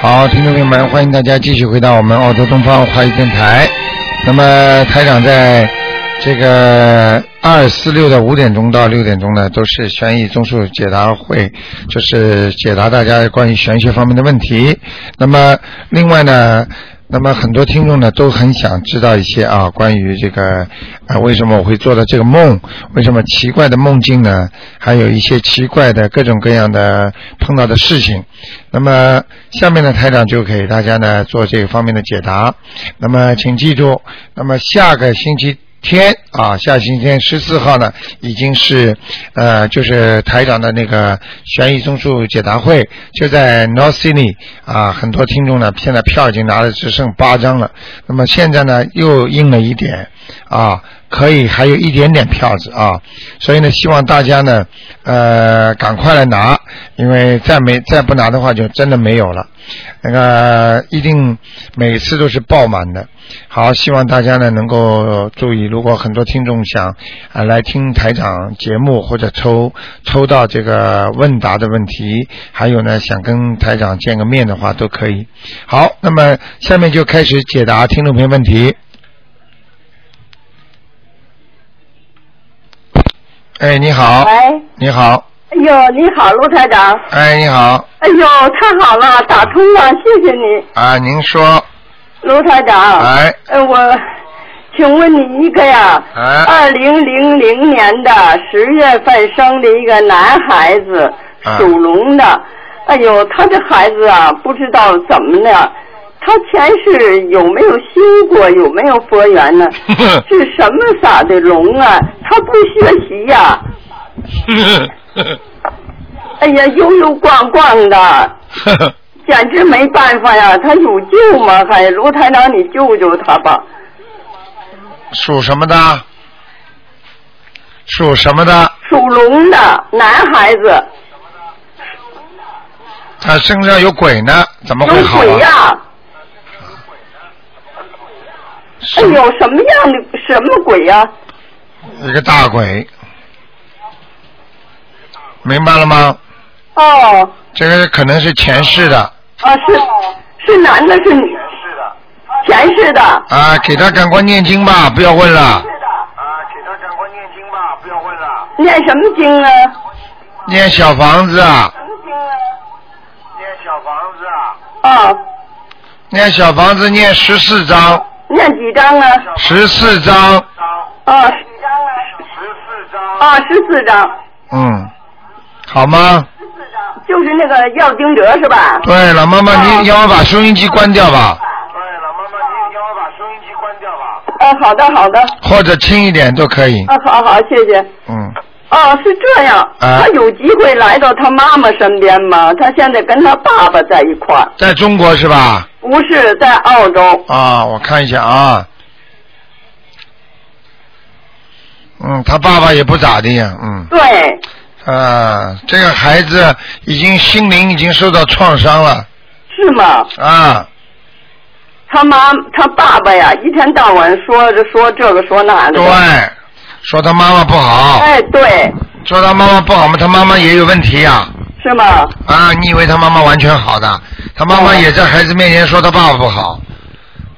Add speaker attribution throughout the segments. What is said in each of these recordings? Speaker 1: 好，听众朋友们，欢迎大家继续回到我们澳洲东方华语电台。那么台长在这个二四六的五点钟到六点钟呢，都是悬疑综述解答会，就是解答大家关于玄学方面的问题。那么另外呢，那么很多听众呢都很想知道一些啊，关于这个啊为什么我会做到这个梦，为什么奇怪的梦境呢，还有一些奇怪的各种各样的碰到的事情。那么下面呢，台长就给大家呢做这方面的解答。那么请记住，那么下个星期天啊，下星期天十四号呢，已经是呃，就是台长的那个悬疑综述解答会，就在 North Sydney 啊，很多听众呢，现在票已经拿了只剩八张了，那么现在呢又硬了一点啊，可以还有一点点票子啊，所以呢，希望大家呢，呃，赶快来拿，因为再没再不拿的话，就真的没有了。那个一定每次都是爆满的。好，希望大家呢能够注意，如果很多听众想啊、来听台长节目或者抽抽到这个问答的问题，还有呢想跟台长见个面的话都可以。好，那么下面就开始解答听众朋友问题。哎，你好，
Speaker 2: 喂，
Speaker 1: 你好，
Speaker 2: 哎呦，你好，卢台长，
Speaker 1: 哎，你好
Speaker 2: 哎呦，太好了，打通了，谢谢你，
Speaker 1: 啊，您说，
Speaker 2: 卢台长。
Speaker 1: 哎，
Speaker 2: 呃，我请问你一个呀，
Speaker 1: 哎，
Speaker 2: 二零零零年的十月份生的一个男孩子，
Speaker 1: 啊
Speaker 2: 属龙的，哎呦，他这孩子啊，不知道怎么了，他前世有没有修过，有没有佛缘 呢？是什么色的龙啊？他不学习呀、哎呀，悠悠逛逛 的，简直没办法呀！他有救吗？还卢台长，你救救他吧！
Speaker 1: 属什么的？属什么的？
Speaker 2: 属龙的男孩子
Speaker 1: 他身上有鬼呢，怎么
Speaker 2: 有
Speaker 1: 会好
Speaker 2: 鬼
Speaker 1: 啊？
Speaker 2: 呀、哎
Speaker 1: 是
Speaker 2: 呦，什么样的什么鬼呀、
Speaker 1: 一个大鬼，明白了吗？
Speaker 2: 哦，
Speaker 1: 这个可能是前世的
Speaker 2: 啊是是男的，是女？前世的。
Speaker 1: 啊，给他赶快念经吧，不要问了，
Speaker 3: 啊，请他赶快念经吧，不要问了。
Speaker 2: 念什么经啊？
Speaker 1: 念小房子，啊，
Speaker 3: 念小房子啊，
Speaker 2: 啊，
Speaker 1: 念小房子念十四章，
Speaker 2: 念几张啊？
Speaker 1: 十四章，
Speaker 3: 张
Speaker 2: 啊
Speaker 3: 十四张。
Speaker 2: 啊，十四张，
Speaker 1: 嗯，好吗？
Speaker 2: 就是那个要经者是吧？
Speaker 1: 对了，妈妈，
Speaker 2: 啊
Speaker 1: 你要不把收音机关掉吧，
Speaker 3: 对了，妈妈，你要不把收音机关掉吧。
Speaker 2: 啊，好的好的，
Speaker 1: 或者轻一点都可以，
Speaker 2: 啊，好好，谢谢。
Speaker 1: 嗯。
Speaker 2: 哦，是这样。
Speaker 1: 啊
Speaker 2: 他有机会来到他妈妈身边吗？他现在跟他爸爸在一块儿，
Speaker 1: 在中国是吧？
Speaker 2: 不是在澳洲。
Speaker 1: 啊，我看一下啊。嗯，他爸爸也不咋地呀，嗯，
Speaker 2: 对，
Speaker 1: 啊，这个孩子已经心灵已经受到创伤了
Speaker 2: 是吗？
Speaker 1: 啊，
Speaker 2: 他妈他爸爸呀，一天到晚说着说这个说那的。
Speaker 1: 对，说他妈妈不好，
Speaker 2: 哎，对，
Speaker 1: 说他妈妈不好嘛，他妈妈也有问题呀、
Speaker 2: 是吗？
Speaker 1: 啊，你以为他妈妈完全好的？他妈妈也在孩子面前说他爸爸不好，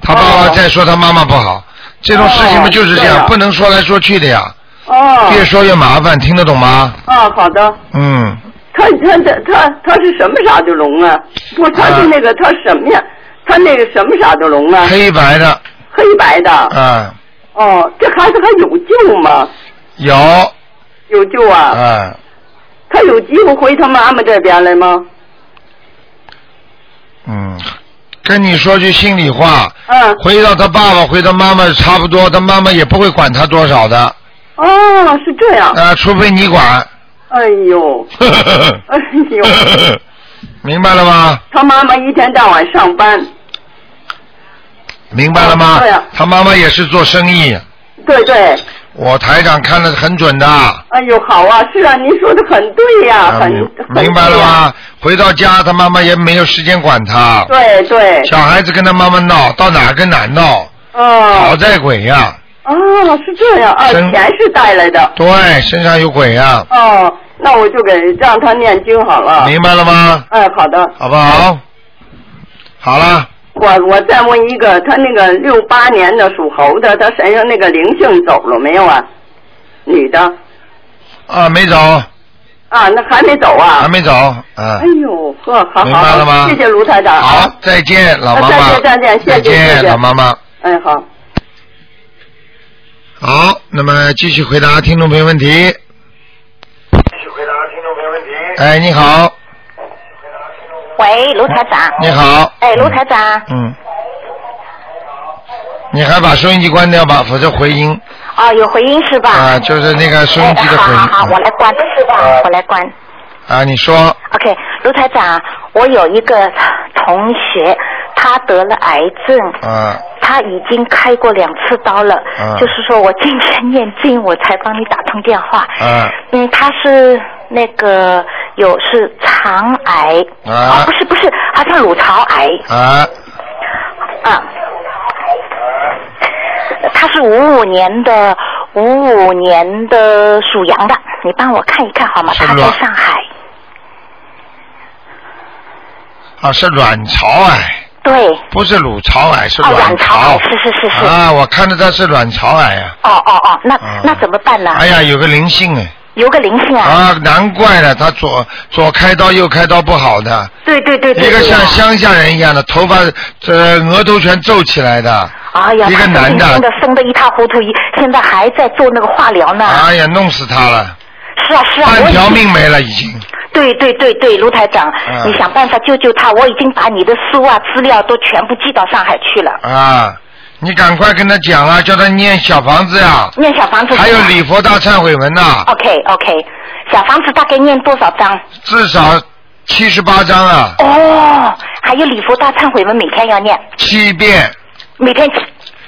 Speaker 1: 他爸爸
Speaker 2: 哦
Speaker 1: 在说他妈妈不好，这种事情嘛就是这
Speaker 2: 哦对
Speaker 1: 样，
Speaker 2: 啊
Speaker 1: 不能说来说去的呀，
Speaker 2: 哦，
Speaker 1: 越说越麻烦，听得懂吗？
Speaker 2: 啊，好的。
Speaker 1: 嗯，
Speaker 2: 他他他他他是什么傻子龙啊？不，他
Speaker 1: 啊
Speaker 2: 是那个、他什么呀？他那个什么傻子龙啊？
Speaker 1: 黑白的，
Speaker 2: 黑白的。
Speaker 1: 啊，
Speaker 2: 哦，这孩子还有救吗？
Speaker 1: 有，
Speaker 2: 有救啊！
Speaker 1: 啊，
Speaker 2: 他有机会回他妈妈这边来吗？
Speaker 1: 嗯，跟你说句心里话，
Speaker 2: 嗯，
Speaker 1: 回到他爸爸，回到妈妈差不多，他妈妈也不会管他多少的，
Speaker 2: 哦，是这样。
Speaker 1: 啊，除非你 管，
Speaker 2: 哎 呦，哎呦，
Speaker 1: 明白了吗？
Speaker 2: 他妈妈一天到晚上班，
Speaker 1: 明白了吗
Speaker 2: 啊对呀？
Speaker 1: 他妈妈也是做生意，
Speaker 2: 对对，
Speaker 1: 我台长看的很准的，啊，
Speaker 2: 哎呦，好啊，是啊，您说的很对呀、很
Speaker 1: 明
Speaker 2: 很
Speaker 1: 明白了
Speaker 2: 对啊呀？
Speaker 1: 吗？回到家，他妈妈也没有时间管他，
Speaker 2: 对对，
Speaker 1: 小孩子跟他妈妈闹，到哪儿跟哪儿闹，讨
Speaker 2: 哦，
Speaker 1: 债鬼呀、
Speaker 2: 哦，是这样啊，
Speaker 1: 生
Speaker 2: 钱是带来的，
Speaker 1: 对，身上有鬼啊呀、
Speaker 2: 哦，那我就给让他念经好了。
Speaker 1: 明白了吗？
Speaker 2: 哎，好的，
Speaker 1: 好不好？好了，
Speaker 2: 我我再问一个，他那个六八年的属猴的，他身上那个灵性走了没有啊？女的
Speaker 1: 啊，没走，
Speaker 2: 啊，那还没走啊？
Speaker 1: 还没走，啊
Speaker 2: 哎，呦呵，好好，
Speaker 1: 明白了吗
Speaker 2: 好谢谢卢台长。
Speaker 1: 好，，再见，老妈妈，
Speaker 2: 啊再见再见谢谢
Speaker 1: 再见
Speaker 2: 谢谢
Speaker 1: 老妈妈。
Speaker 2: 哎好。
Speaker 1: 好，那么继续回答听众朋友问题。
Speaker 3: 继续回答听众朋友问题。
Speaker 1: 哎，你好，
Speaker 4: 喂，卢台长。
Speaker 1: 你好，
Speaker 4: 哎，卢台长。
Speaker 1: 嗯，你还把收音机关掉吧，否则回音
Speaker 4: 哦，有回音是吧？
Speaker 1: 啊，就是那个收音机的回
Speaker 4: 哎好好好，我
Speaker 1: 音
Speaker 4: 来关，我来关。
Speaker 1: 啊，你说
Speaker 4: OK，卢台长，我有一个同学，他得了癌症，
Speaker 1: 啊，
Speaker 4: 他已经开过两次刀了。
Speaker 1: 嗯
Speaker 4: 就是说我今天念经，我才帮你打通电话。
Speaker 1: 嗯
Speaker 4: 嗯，他是那个有是肠癌，
Speaker 1: 啊
Speaker 4: 哦，不是不是，好像乳巢癌
Speaker 1: 啊
Speaker 4: 啊。他是五五年的，五五年的属羊的，你帮我看一看好吗？
Speaker 1: 是
Speaker 4: 他在
Speaker 1: 吗
Speaker 4: 上海。
Speaker 1: 啊，是卵巢癌，
Speaker 4: 对，
Speaker 1: 不是乳巢癌，是
Speaker 4: 哦
Speaker 1: 卵
Speaker 4: 卵巢
Speaker 1: 巢
Speaker 4: 癌，是是是是
Speaker 1: 啊，我看着它是卵巢癌啊，
Speaker 4: 哦哦哦，那、
Speaker 1: 嗯
Speaker 4: 那怎么办呢？
Speaker 1: 哎呀，有个灵性哎，
Speaker 4: 有个灵性啊，
Speaker 1: 啊，难怪了，他左左开刀右开刀不好的，
Speaker 4: 对对对对，
Speaker 1: 一个
Speaker 4: 对
Speaker 1: 像
Speaker 4: 啊
Speaker 1: 乡下人一样的，头发呃额头全皱起来的，
Speaker 4: 哎呀，
Speaker 1: 一个
Speaker 4: 他
Speaker 1: 男的
Speaker 4: 生的生的一塌糊涂，一现在还在做那个化疗呢。
Speaker 1: 哎呀，弄死他了，
Speaker 4: 是啊是啊，我
Speaker 1: 半
Speaker 4: 已
Speaker 1: 条
Speaker 4: 经
Speaker 1: 命没了已经。
Speaker 4: 对对对对，卢台长，
Speaker 1: 嗯
Speaker 4: 你想办法救救他，我已经把你的书啊资料都全部寄到上海去了。
Speaker 1: 啊，你赶快跟他讲啊，叫他念小房子呀、
Speaker 4: 念小房子
Speaker 1: 啊还有礼佛大忏悔文呐、
Speaker 4: OK OK，小房子大概念多少章？
Speaker 1: 至少七十八章啊，
Speaker 4: 哦，还有礼佛大忏悔文每天要念，
Speaker 1: 七遍，
Speaker 4: 每天七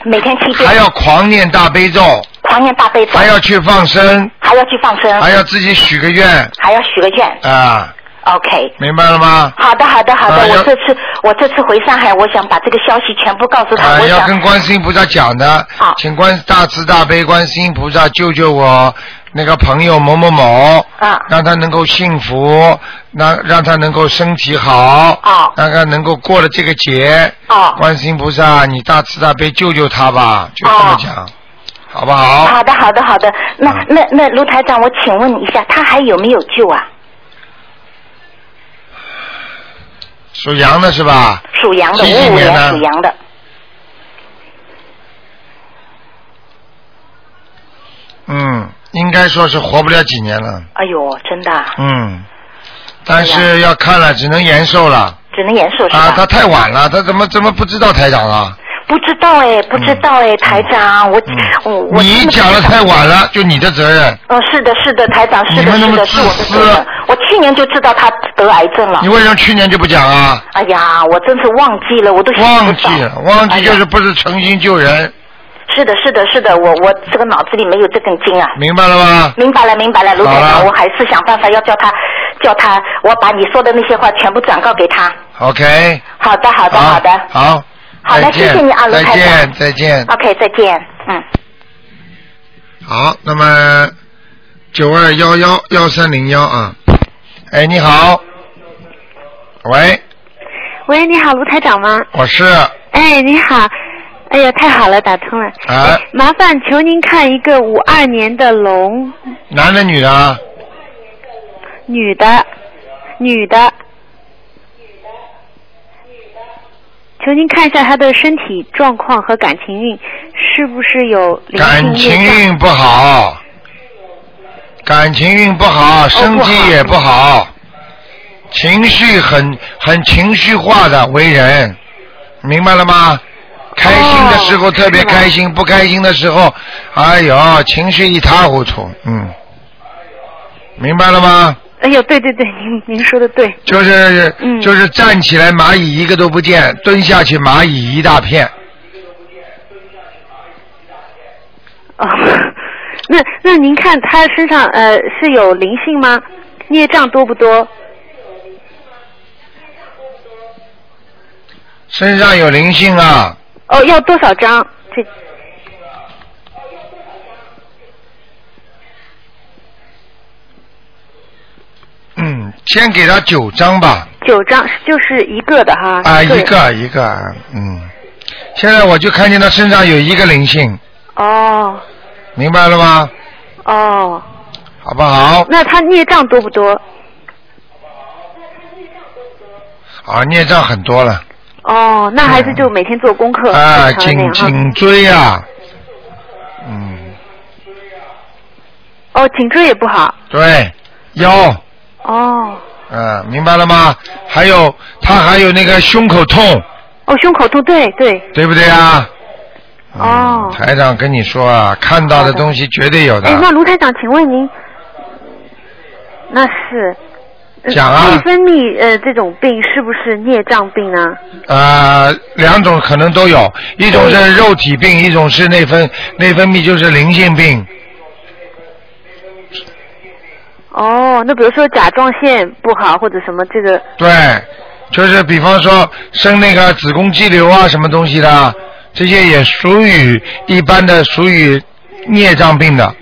Speaker 4: 每天七遍，
Speaker 1: 还要狂念大悲咒，
Speaker 4: 狂念大悲咒，
Speaker 1: 还要去放生，
Speaker 4: 还要去放生，
Speaker 1: 还要自己许个愿
Speaker 4: 还要许个愿。
Speaker 1: 啊，
Speaker 4: OK，
Speaker 1: 明白了吗？
Speaker 4: 好的，好的，好的。
Speaker 1: 啊要
Speaker 4: 我这次我这次回上海，我想把这个消息全部告诉他。
Speaker 1: 啊，
Speaker 4: 我
Speaker 1: 要
Speaker 4: 想
Speaker 1: 跟观世音菩萨讲的
Speaker 4: 好，
Speaker 1: 请观大慈大悲观世音菩萨救救我那个朋友某某某，
Speaker 4: 啊
Speaker 1: 让他能够幸福，让让他能够身体好，
Speaker 4: 哦
Speaker 1: 让他能够过了这个劫。
Speaker 4: 哦
Speaker 1: 观世音菩萨，你大慈大悲救救他吧，就这么讲，好不好？
Speaker 4: 好的，好的，好的。那
Speaker 1: 嗯
Speaker 4: 那那卢台长，我请问一下，他还有没有救啊？
Speaker 1: 属羊的是吧？
Speaker 4: 属羊的，
Speaker 1: 几
Speaker 4: 五
Speaker 1: 几
Speaker 4: 五
Speaker 1: 年呢
Speaker 4: 年属羊的，
Speaker 1: 嗯，应该说是活不了几年了，
Speaker 4: 哎呦，真的啊，
Speaker 1: 嗯，但是要看了，只能延寿了。
Speaker 4: 只能延寿是吧？
Speaker 1: 啊，他太晚了，他怎么怎么不知道台长啊？
Speaker 4: 不知道哎，不知道
Speaker 1: 嗯
Speaker 4: 哎，台长，我我我
Speaker 1: 你讲的太晚了，就你的责任。
Speaker 4: 嗯，是的，是的，台长，是的，
Speaker 1: 你们那
Speaker 4: 是
Speaker 1: 么
Speaker 4: 的，是我
Speaker 1: 自
Speaker 4: 的
Speaker 1: 私
Speaker 4: 责任。我去年就知道他得癌症了
Speaker 1: 你。为什么去年就不讲啊？
Speaker 4: 哎呀，我真是忘记了，我哎都
Speaker 1: 忘记了，忘记就
Speaker 4: 哎
Speaker 1: 是
Speaker 4: 呀
Speaker 1: 不是诚心救人，
Speaker 4: 是的，是的，是的，我我这个脑子里没有这根筋啊。
Speaker 1: 明白了吗？
Speaker 4: 明白了，明白了，卢台
Speaker 1: 好
Speaker 4: 长，
Speaker 1: 了
Speaker 4: 我还是想办法要叫他，叫他，我把你说的那些话全部转告给他。
Speaker 1: ？OK，
Speaker 4: 好的，好的，好的。
Speaker 1: 好，
Speaker 4: 好的
Speaker 1: 再见
Speaker 4: 谢谢你啊卢
Speaker 1: 再
Speaker 4: 台长
Speaker 1: 见，再见。
Speaker 4: OK，再见。嗯，
Speaker 1: 好，那么九二幺幺幺三零幺啊，哎，你好，喂，
Speaker 5: 喂，你好，卢台长吗？
Speaker 1: 我是
Speaker 5: 哎，你好，哎呀，太好了，打通了。
Speaker 1: 啊，
Speaker 5: 麻烦求您看一个五二年的龙，
Speaker 1: 男的女的啊？
Speaker 5: 女的，女的，求您看一下她的身体状况和感情运，是不是有灵性
Speaker 1: 感情
Speaker 5: 业障？
Speaker 1: 运不好，感情运不
Speaker 5: 嗯哦
Speaker 1: 好，身体也不好，情绪很很情绪化的为人，明白了吗？开心的
Speaker 5: 哦
Speaker 1: 时候特别开心，不开心的时候，哎呦，情绪一塌糊涂，嗯，明白了吗？
Speaker 5: 哎呦，对对对，您您说的对，
Speaker 1: 就是、
Speaker 5: 嗯
Speaker 1: 就是站起来蚂蚁一个都不见，蹲下去蚂蚁一大片，
Speaker 5: 哦，那那您看她身上呃是有灵性吗？孽障多不多？
Speaker 1: 身上有灵性啊，
Speaker 5: 哦，要多少张？这
Speaker 1: 嗯，先给他九张吧，
Speaker 6: 九张就是一个的哈。
Speaker 1: 啊，一
Speaker 6: 人
Speaker 1: 个一个，嗯，现在我就看见他身上有一个灵性，
Speaker 6: 哦
Speaker 1: 明白了吗？
Speaker 6: 哦，
Speaker 1: 好不好？
Speaker 6: 那他孽障多不多？
Speaker 1: 啊，孽障很多了
Speaker 6: 哦，那还是就每天做功课。
Speaker 1: 啊，
Speaker 6: 正
Speaker 1: 颈
Speaker 6: 常一点哈
Speaker 1: 颈椎啊，嗯，
Speaker 6: 哦，颈椎也不好。
Speaker 1: 对，腰，
Speaker 6: 哦
Speaker 1: 嗯，明白了吗？还有他还有那个胸口痛，
Speaker 6: 哦，胸口痛，对对。
Speaker 1: 对不对啊？嗯
Speaker 6: 哦
Speaker 1: 台长跟你说啊，看到的东西绝对有的。
Speaker 6: 哎，那卢台长，请问您，那是呃
Speaker 1: 讲啊
Speaker 6: 内分泌呃这种病是不是孽障病啊呢？
Speaker 1: 呃，两种可能都有，一种是肉体病，一种是内分内分泌，就是灵性病。
Speaker 6: 哦，那比如说甲状腺不好或者什么这个，
Speaker 1: 对，就是比方说生那个子宫肌瘤啊，什么东西的，这些也属于一般的，属于孽障病的。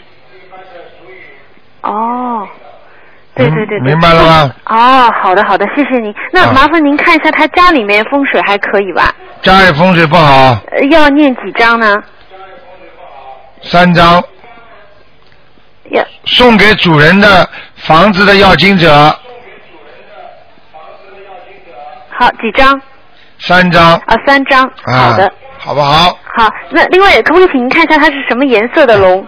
Speaker 6: 哦，对对对对，
Speaker 1: 嗯明白了吗？
Speaker 6: 哦，好的好的，谢谢您。那
Speaker 1: 啊
Speaker 6: 麻烦您看一下他家里面风水还可以吧？
Speaker 1: 家里风水不好，
Speaker 6: 呃要念几张呢？
Speaker 1: 三张
Speaker 6: 要
Speaker 1: 送给主人的房子的要经者
Speaker 6: 好几张
Speaker 1: 三张。
Speaker 6: 啊？三张。
Speaker 1: 啊、
Speaker 6: 好的，，
Speaker 1: 好不好？
Speaker 6: 好。那另外可不可以请您看一下它是什么颜色的龙？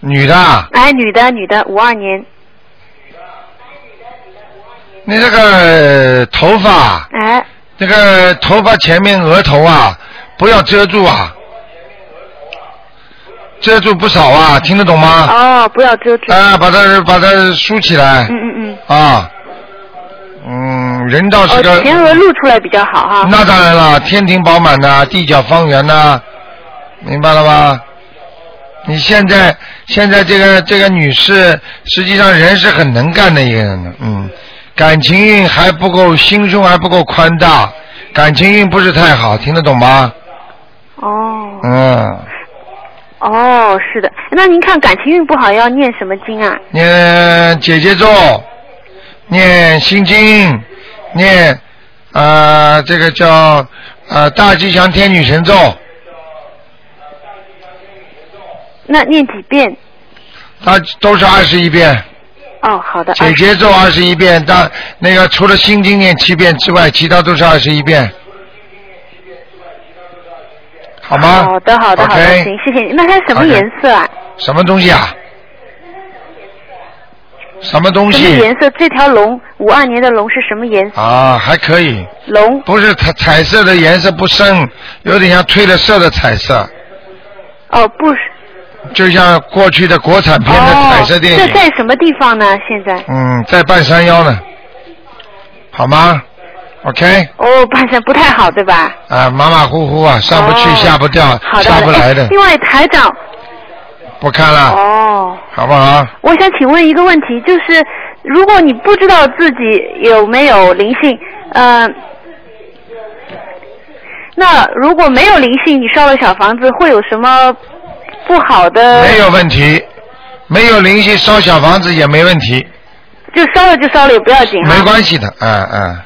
Speaker 1: 女的啊，
Speaker 6: 哎，女的，女的，五二年。
Speaker 1: 你这个呃头发。
Speaker 6: 哎，
Speaker 1: 那个头发前面额头啊，不要遮住啊，遮住不少啊，听得懂吗？
Speaker 6: 哦，不要遮住。
Speaker 1: 啊，把它把它梳起来
Speaker 6: 嗯嗯嗯。
Speaker 1: 啊。嗯，人倒是
Speaker 6: 哦，
Speaker 1: 个，
Speaker 6: 前额露出来比较好哈。
Speaker 1: 那当然了，天庭饱满呐、地角方圆呐、明白了吗？你现在现在这个这个女士，实际上人是很能干的一个人的，嗯，感情运还不够，心胸还不够宽大，感情运不是太好，听得懂吗？
Speaker 6: 哦
Speaker 1: 嗯，
Speaker 6: 哦，是的。那您看感情运不好要念什么经啊？
Speaker 1: 念姐姐咒，念心经，念啊、呃这个叫啊、呃大吉祥天女神咒，
Speaker 6: 那念几遍？
Speaker 1: 它都是二十一遍。
Speaker 6: 哦，好的。
Speaker 1: 姐姐咒二十一遍，但那个除了心经念七遍之外，其他都是二十一遍，好吗？
Speaker 6: 啊好的，好的，好的
Speaker 1: OK
Speaker 6: 行，谢谢你。那它什么
Speaker 1: OK
Speaker 6: 颜色啊
Speaker 1: 什么东西啊？什么东
Speaker 6: 什么
Speaker 1: 西？
Speaker 6: 颜色？这条龙，五二年的龙是什么颜色？
Speaker 1: 啊，还可以，
Speaker 6: 龙
Speaker 1: 不是彩彩色的颜色不深，有点像褪了色的彩色，
Speaker 6: 哦，不是
Speaker 1: 就像过去的国产片的彩
Speaker 6: 哦，
Speaker 1: 色电
Speaker 6: 这
Speaker 1: 影。
Speaker 6: 在什么地方呢？现在
Speaker 1: 嗯，在半山腰呢，好吗？OK，
Speaker 6: 哦，半山不 太好，对吧？
Speaker 1: 啊，马马虎虎啊，上不去
Speaker 6: 哦
Speaker 1: 下不掉，
Speaker 6: 好的，
Speaker 1: 下
Speaker 6: 好
Speaker 1: 不
Speaker 6: 的。
Speaker 1: 来
Speaker 6: 哎
Speaker 1: 的。
Speaker 6: 另外，台长，
Speaker 1: 不看了，
Speaker 6: 哦，
Speaker 1: 好不好？
Speaker 6: 我想请问一个问题，就是如果你不知道自己有没有灵性，嗯、那如果没有灵性，你烧了小房子会有什么不好的？
Speaker 1: 没有问题，没有灵性烧小房子也没问题，
Speaker 6: 就烧了就烧了，也不要紧哈。
Speaker 1: 没关系的，嗯嗯，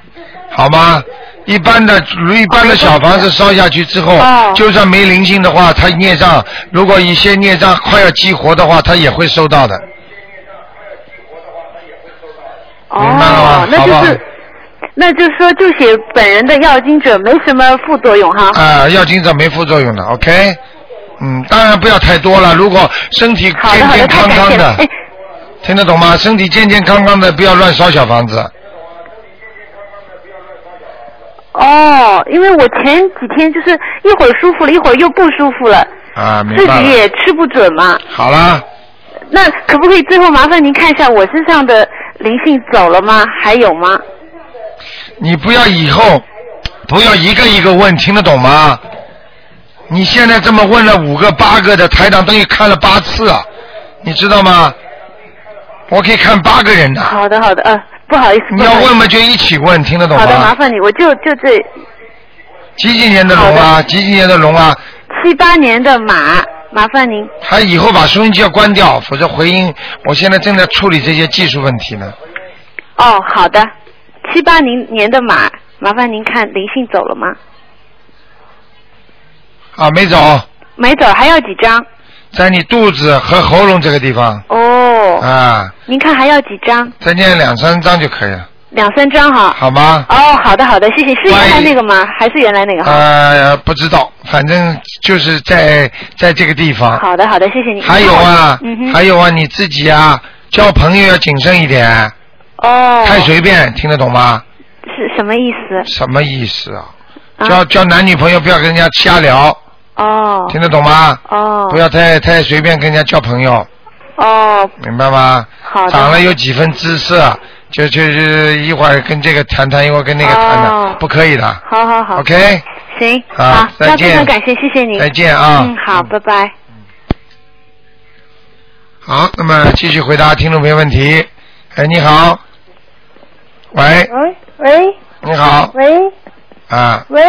Speaker 1: 好吗？一般的一般的小房子烧下去之后，
Speaker 6: 哦
Speaker 1: 就算没灵性的话，它孽障，如果一些孽障快要激活的话，它也会收到的。
Speaker 6: 哦
Speaker 1: 明白了吗，
Speaker 6: 那就
Speaker 1: 好
Speaker 6: 是
Speaker 1: 吧，
Speaker 6: 那就是说，就写本人的要经者没什么副作用哈。
Speaker 1: 啊、要经者没副作用的，OK。嗯，当然不要太多了。如果身体
Speaker 6: 好的
Speaker 1: 健
Speaker 6: 好的，
Speaker 1: 健
Speaker 6: 太
Speaker 1: 康
Speaker 6: 感
Speaker 1: 康
Speaker 6: 谢了。哎
Speaker 1: 的，，听得懂吗？身体健健康康的，不要乱烧小房子。
Speaker 6: 哦，因为我前几天就是一会儿舒服了，一会儿又不舒服了，
Speaker 1: 啊，明
Speaker 6: 自
Speaker 1: 白
Speaker 6: 己
Speaker 1: 了。
Speaker 6: 也吃不准嘛。
Speaker 1: 好啦，
Speaker 6: 那可不可以最后麻烦您看一下我身上的灵性走了吗？还有吗？
Speaker 1: 你不要以后不要一个一个问，听得懂吗？你现在这么问了五个八个的，台长等于看了八次啊，你知道吗？我可以看八个人的，
Speaker 6: 好的，好的，呃，不好意思，
Speaker 1: 你要
Speaker 6: 不好
Speaker 1: 问
Speaker 6: 意
Speaker 1: 嘛就一起问，听得
Speaker 6: 思
Speaker 1: 懂啊
Speaker 6: 好的，麻
Speaker 1: 吗？
Speaker 6: 烦你，我就就这
Speaker 1: 几几年的龙啊？几几年的龙啊？
Speaker 6: 七八年的马，
Speaker 7: 麻烦您。
Speaker 1: 他以后把收音机要关掉，否则回音。我现在正在处理这些技术问题呢。
Speaker 7: 哦，好的。七八零年的马，麻烦您看灵性走了吗？
Speaker 1: 啊，没走，
Speaker 7: 没走，还要几张？
Speaker 1: 在你肚子和喉咙这个地方
Speaker 7: 哦，
Speaker 1: 啊，
Speaker 7: 您看还要几张？
Speaker 1: 再念两三张就可以了，
Speaker 7: 两三张哈。
Speaker 1: 好吗？
Speaker 7: 哦，好的好的，谢谢。是原来那个吗？还是原来那个哈？
Speaker 1: 呃，不知道，反正就是在在这个地方。
Speaker 7: 好的好的，谢谢你。
Speaker 1: 还有啊
Speaker 7: 嗯，哼。
Speaker 1: 还有啊，你自己啊，交朋友要谨慎一点，
Speaker 7: 哦。
Speaker 1: 太随便，听得懂吗？
Speaker 7: 是什么意思？
Speaker 1: 什么意思啊？
Speaker 7: 啊
Speaker 1: 交交男女朋友不要跟人家瞎聊，
Speaker 7: 哦
Speaker 1: 听得懂吗？
Speaker 7: 哦。
Speaker 1: 不要太太随便跟人家交朋友，
Speaker 7: 哦，
Speaker 1: 明白吗？
Speaker 7: 好的。
Speaker 1: 长了有几分姿色，就就就一会儿跟这个谈谈，一会儿跟那个谈
Speaker 7: 哦
Speaker 1: 谈，不可以的。
Speaker 7: 好好好。
Speaker 1: OK，
Speaker 7: 行，
Speaker 1: 好再
Speaker 7: 那
Speaker 1: 见
Speaker 7: 非常感谢，谢谢您。
Speaker 1: 再见啊
Speaker 7: 嗯，好，拜拜。
Speaker 1: 好，那么继续回答听众朋友问题。哎，你好，喂，
Speaker 6: 喂喂
Speaker 1: 你好，
Speaker 6: 喂
Speaker 1: 啊，
Speaker 6: 喂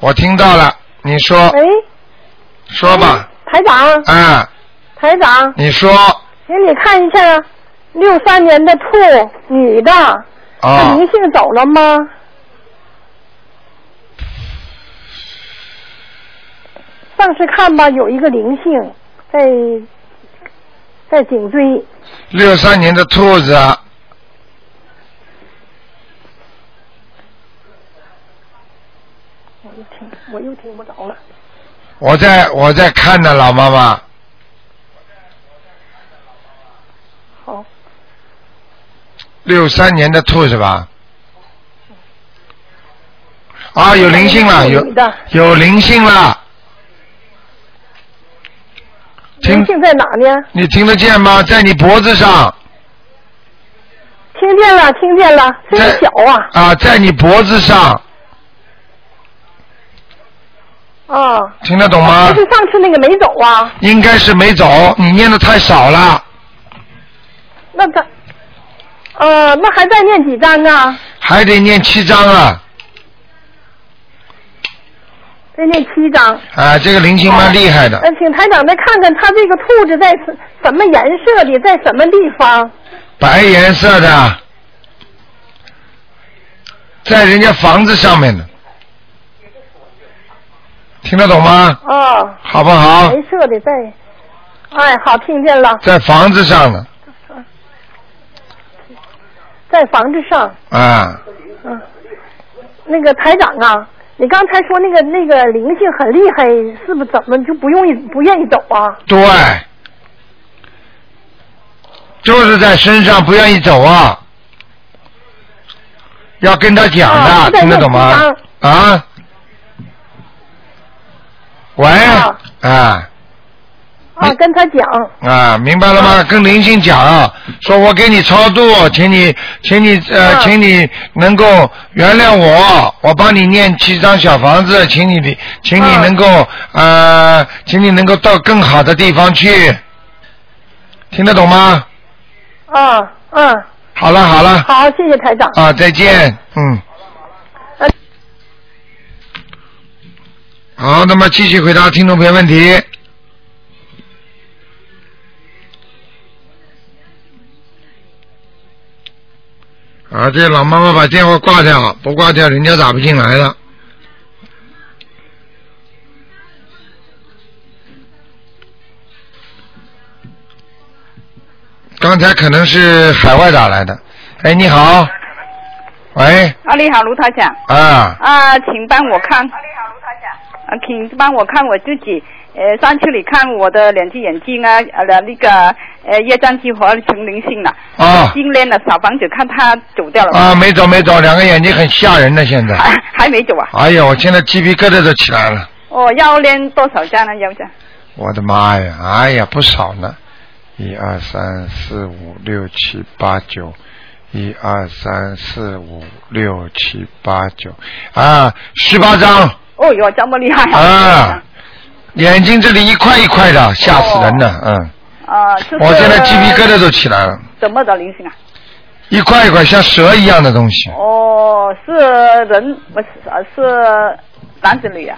Speaker 1: 我听到了，你说
Speaker 6: 喂，
Speaker 1: 说吧，
Speaker 6: 台长
Speaker 7: 哎
Speaker 1: 啊，
Speaker 6: 台长，
Speaker 1: 你说，
Speaker 6: 给你看一下，六三年的兔女的，她
Speaker 1: 哦
Speaker 6: 灵，性走了吗？上次看吧，有一个灵性在在颈椎，
Speaker 1: 六三年的兔子，
Speaker 6: 我又听我又听不着了。
Speaker 1: 我在我在看呢，老妈妈，
Speaker 6: 好，
Speaker 1: 六三年的兔是吧？啊，有灵性了，
Speaker 7: 哎
Speaker 1: 有
Speaker 6: 女嗯的
Speaker 1: 有灵性了，听
Speaker 8: 嗯
Speaker 6: 灵性在哪呢？
Speaker 1: 你听得见吗？在你脖子上，
Speaker 6: 听见了，听见了，声音
Speaker 1: 在
Speaker 6: 小啊
Speaker 1: 啊，在你脖子上，
Speaker 6: 啊！
Speaker 1: 听得懂
Speaker 6: 不
Speaker 1: 吗？
Speaker 6: 是上次那个没走啊？
Speaker 1: 应该是没走，你念的太少了，
Speaker 6: 那他，呃，那还再念几张啊？
Speaker 1: 还得念七章啊！
Speaker 6: 再念七张。
Speaker 1: 啊，这个灵性蛮厉害的，
Speaker 6: 呃，请台长再看看他这个兔子在什什么颜色里，在什么地方？
Speaker 1: 白颜色的，在人家房子上面的，听得懂吗？
Speaker 6: 啊，
Speaker 1: 好不好？
Speaker 6: 白色的在。哎，好，听见了，
Speaker 1: 在房子上呢，
Speaker 6: 在房子上。
Speaker 1: 啊，
Speaker 6: 嗯、那个台长啊，你刚才说那个那个灵性很厉害，是不是怎么就不用意不愿意走啊？
Speaker 1: 对，就是在身上不愿意走啊，要跟他讲的，
Speaker 6: 啊是在
Speaker 1: 听得懂
Speaker 6: 那
Speaker 1: 吗
Speaker 6: 地？
Speaker 1: 啊，喂，
Speaker 6: 啊
Speaker 1: 啊
Speaker 6: 啊，
Speaker 1: 没
Speaker 6: 跟他讲，
Speaker 1: 啊，明白了吗？跟灵性讲啊，说我给你超度，请你，请你呃，
Speaker 6: 啊
Speaker 1: 请你能够原谅我，我帮你念七张小房子，请你的，请你
Speaker 6: 啊
Speaker 1: 能够呃，请你能够到更好的地方去，听得懂吗？
Speaker 6: 啊，嗯，
Speaker 1: 好了好了，
Speaker 6: 好，谢谢台长。
Speaker 1: 啊，再见，嗯
Speaker 6: 呃。
Speaker 1: 好，那么继续回答听众朋友问题。啊，这老妈妈把电话挂掉，不挂掉人家打不进来了。刚才可能是海外打来的。哎，你好。喂，
Speaker 9: 啊，你好，卢台长。
Speaker 1: 哎啊，
Speaker 9: 啊，请帮我看。啊，你好，卢台长。啊，请帮我看我自己。呃，上次你看我的两只眼睛啊，呃，那个呃，业障激活成灵性了。
Speaker 1: 啊
Speaker 9: 今天的小房子看他走掉了吗。
Speaker 1: 啊，没走没走，两个眼睛很吓人的现在。
Speaker 9: 还 还没走啊？
Speaker 1: 哎呀，我现在鸡皮疙瘩都起来了，
Speaker 9: 哦，要练多少张呢？要这
Speaker 1: 我的妈呀，哎呀，不少呢，一二三四五六七八九，一二三四五六七八九，啊，十八 张，
Speaker 9: 哦哟，这么厉害
Speaker 1: 啊！眼睛这里一块一块的，吓死人了，嗯，
Speaker 9: 啊，就是
Speaker 1: 我现在鸡皮疙瘩都起 来了，
Speaker 9: 怎么的灵性啊？
Speaker 1: 一块一块像蛇一样的东西，
Speaker 9: 哦，是人不是呃是男子女啊？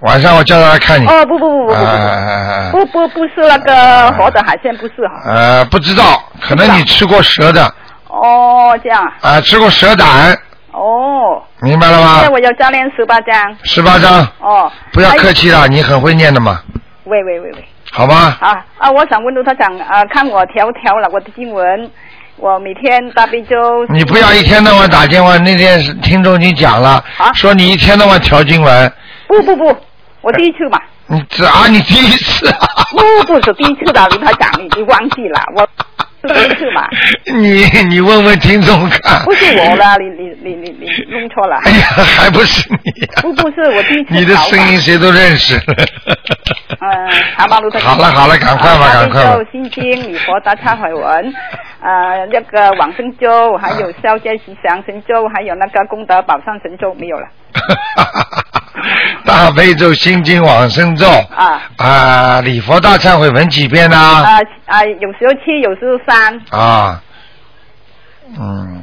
Speaker 1: 晚上我叫他来看你。
Speaker 9: 哦，不不不不不
Speaker 1: 啊
Speaker 9: 不
Speaker 1: 啊啊啊
Speaker 9: 不不不是那个活的海鲜，不是哈。
Speaker 1: 呃，不知道，可能你吃过蛇的啊、
Speaker 9: 哦，这样啊，
Speaker 1: 吃过蛇胆，
Speaker 9: 哦，
Speaker 1: 明白了
Speaker 9: 那
Speaker 1: 吗？
Speaker 9: 我要加练十八张。
Speaker 1: 十八章，
Speaker 9: 哦，
Speaker 1: 不要客
Speaker 9: 哎。
Speaker 1: 气了，你很会念的嘛，
Speaker 9: 喂喂喂喂，
Speaker 1: 好吗？
Speaker 9: 啊啊，我想问卢台长啊，看我调调了我的经文，我每天大悲咒。
Speaker 1: 你不要一天到晚打电话，那天是听众已经讲了，
Speaker 9: 啊
Speaker 1: 说你一天到晚调经文，
Speaker 9: 不不不，我第一 次嘛，哦
Speaker 1: 你这啊，你第一次、啊。
Speaker 9: 不不是第一次的，卢台长，你你忘记了，我是第一次嘛，
Speaker 1: 你你问问听众 看。
Speaker 9: 不是我了，你你你你你弄错了。
Speaker 1: 哎呀，还不是你、呀
Speaker 9: 不不是我第一次
Speaker 1: 你的
Speaker 9: 搞
Speaker 1: 声音谁都认识。
Speaker 9: 嗯，好吧，卢台长。
Speaker 1: 好了好了，赶快吧，
Speaker 9: 呃
Speaker 1: 赶快吧
Speaker 9: 咒。心经、礼佛大忏 悔文，呃，那个往生咒，还有消灾吉祥神咒，还有那个功德宝上神咒没有了。
Speaker 1: 大悲咒、心经、往生咒
Speaker 9: 啊
Speaker 1: 啊，礼佛大忏悔文几遍呢？
Speaker 9: 啊啊，有时候七，有时候三。
Speaker 1: 啊，嗯，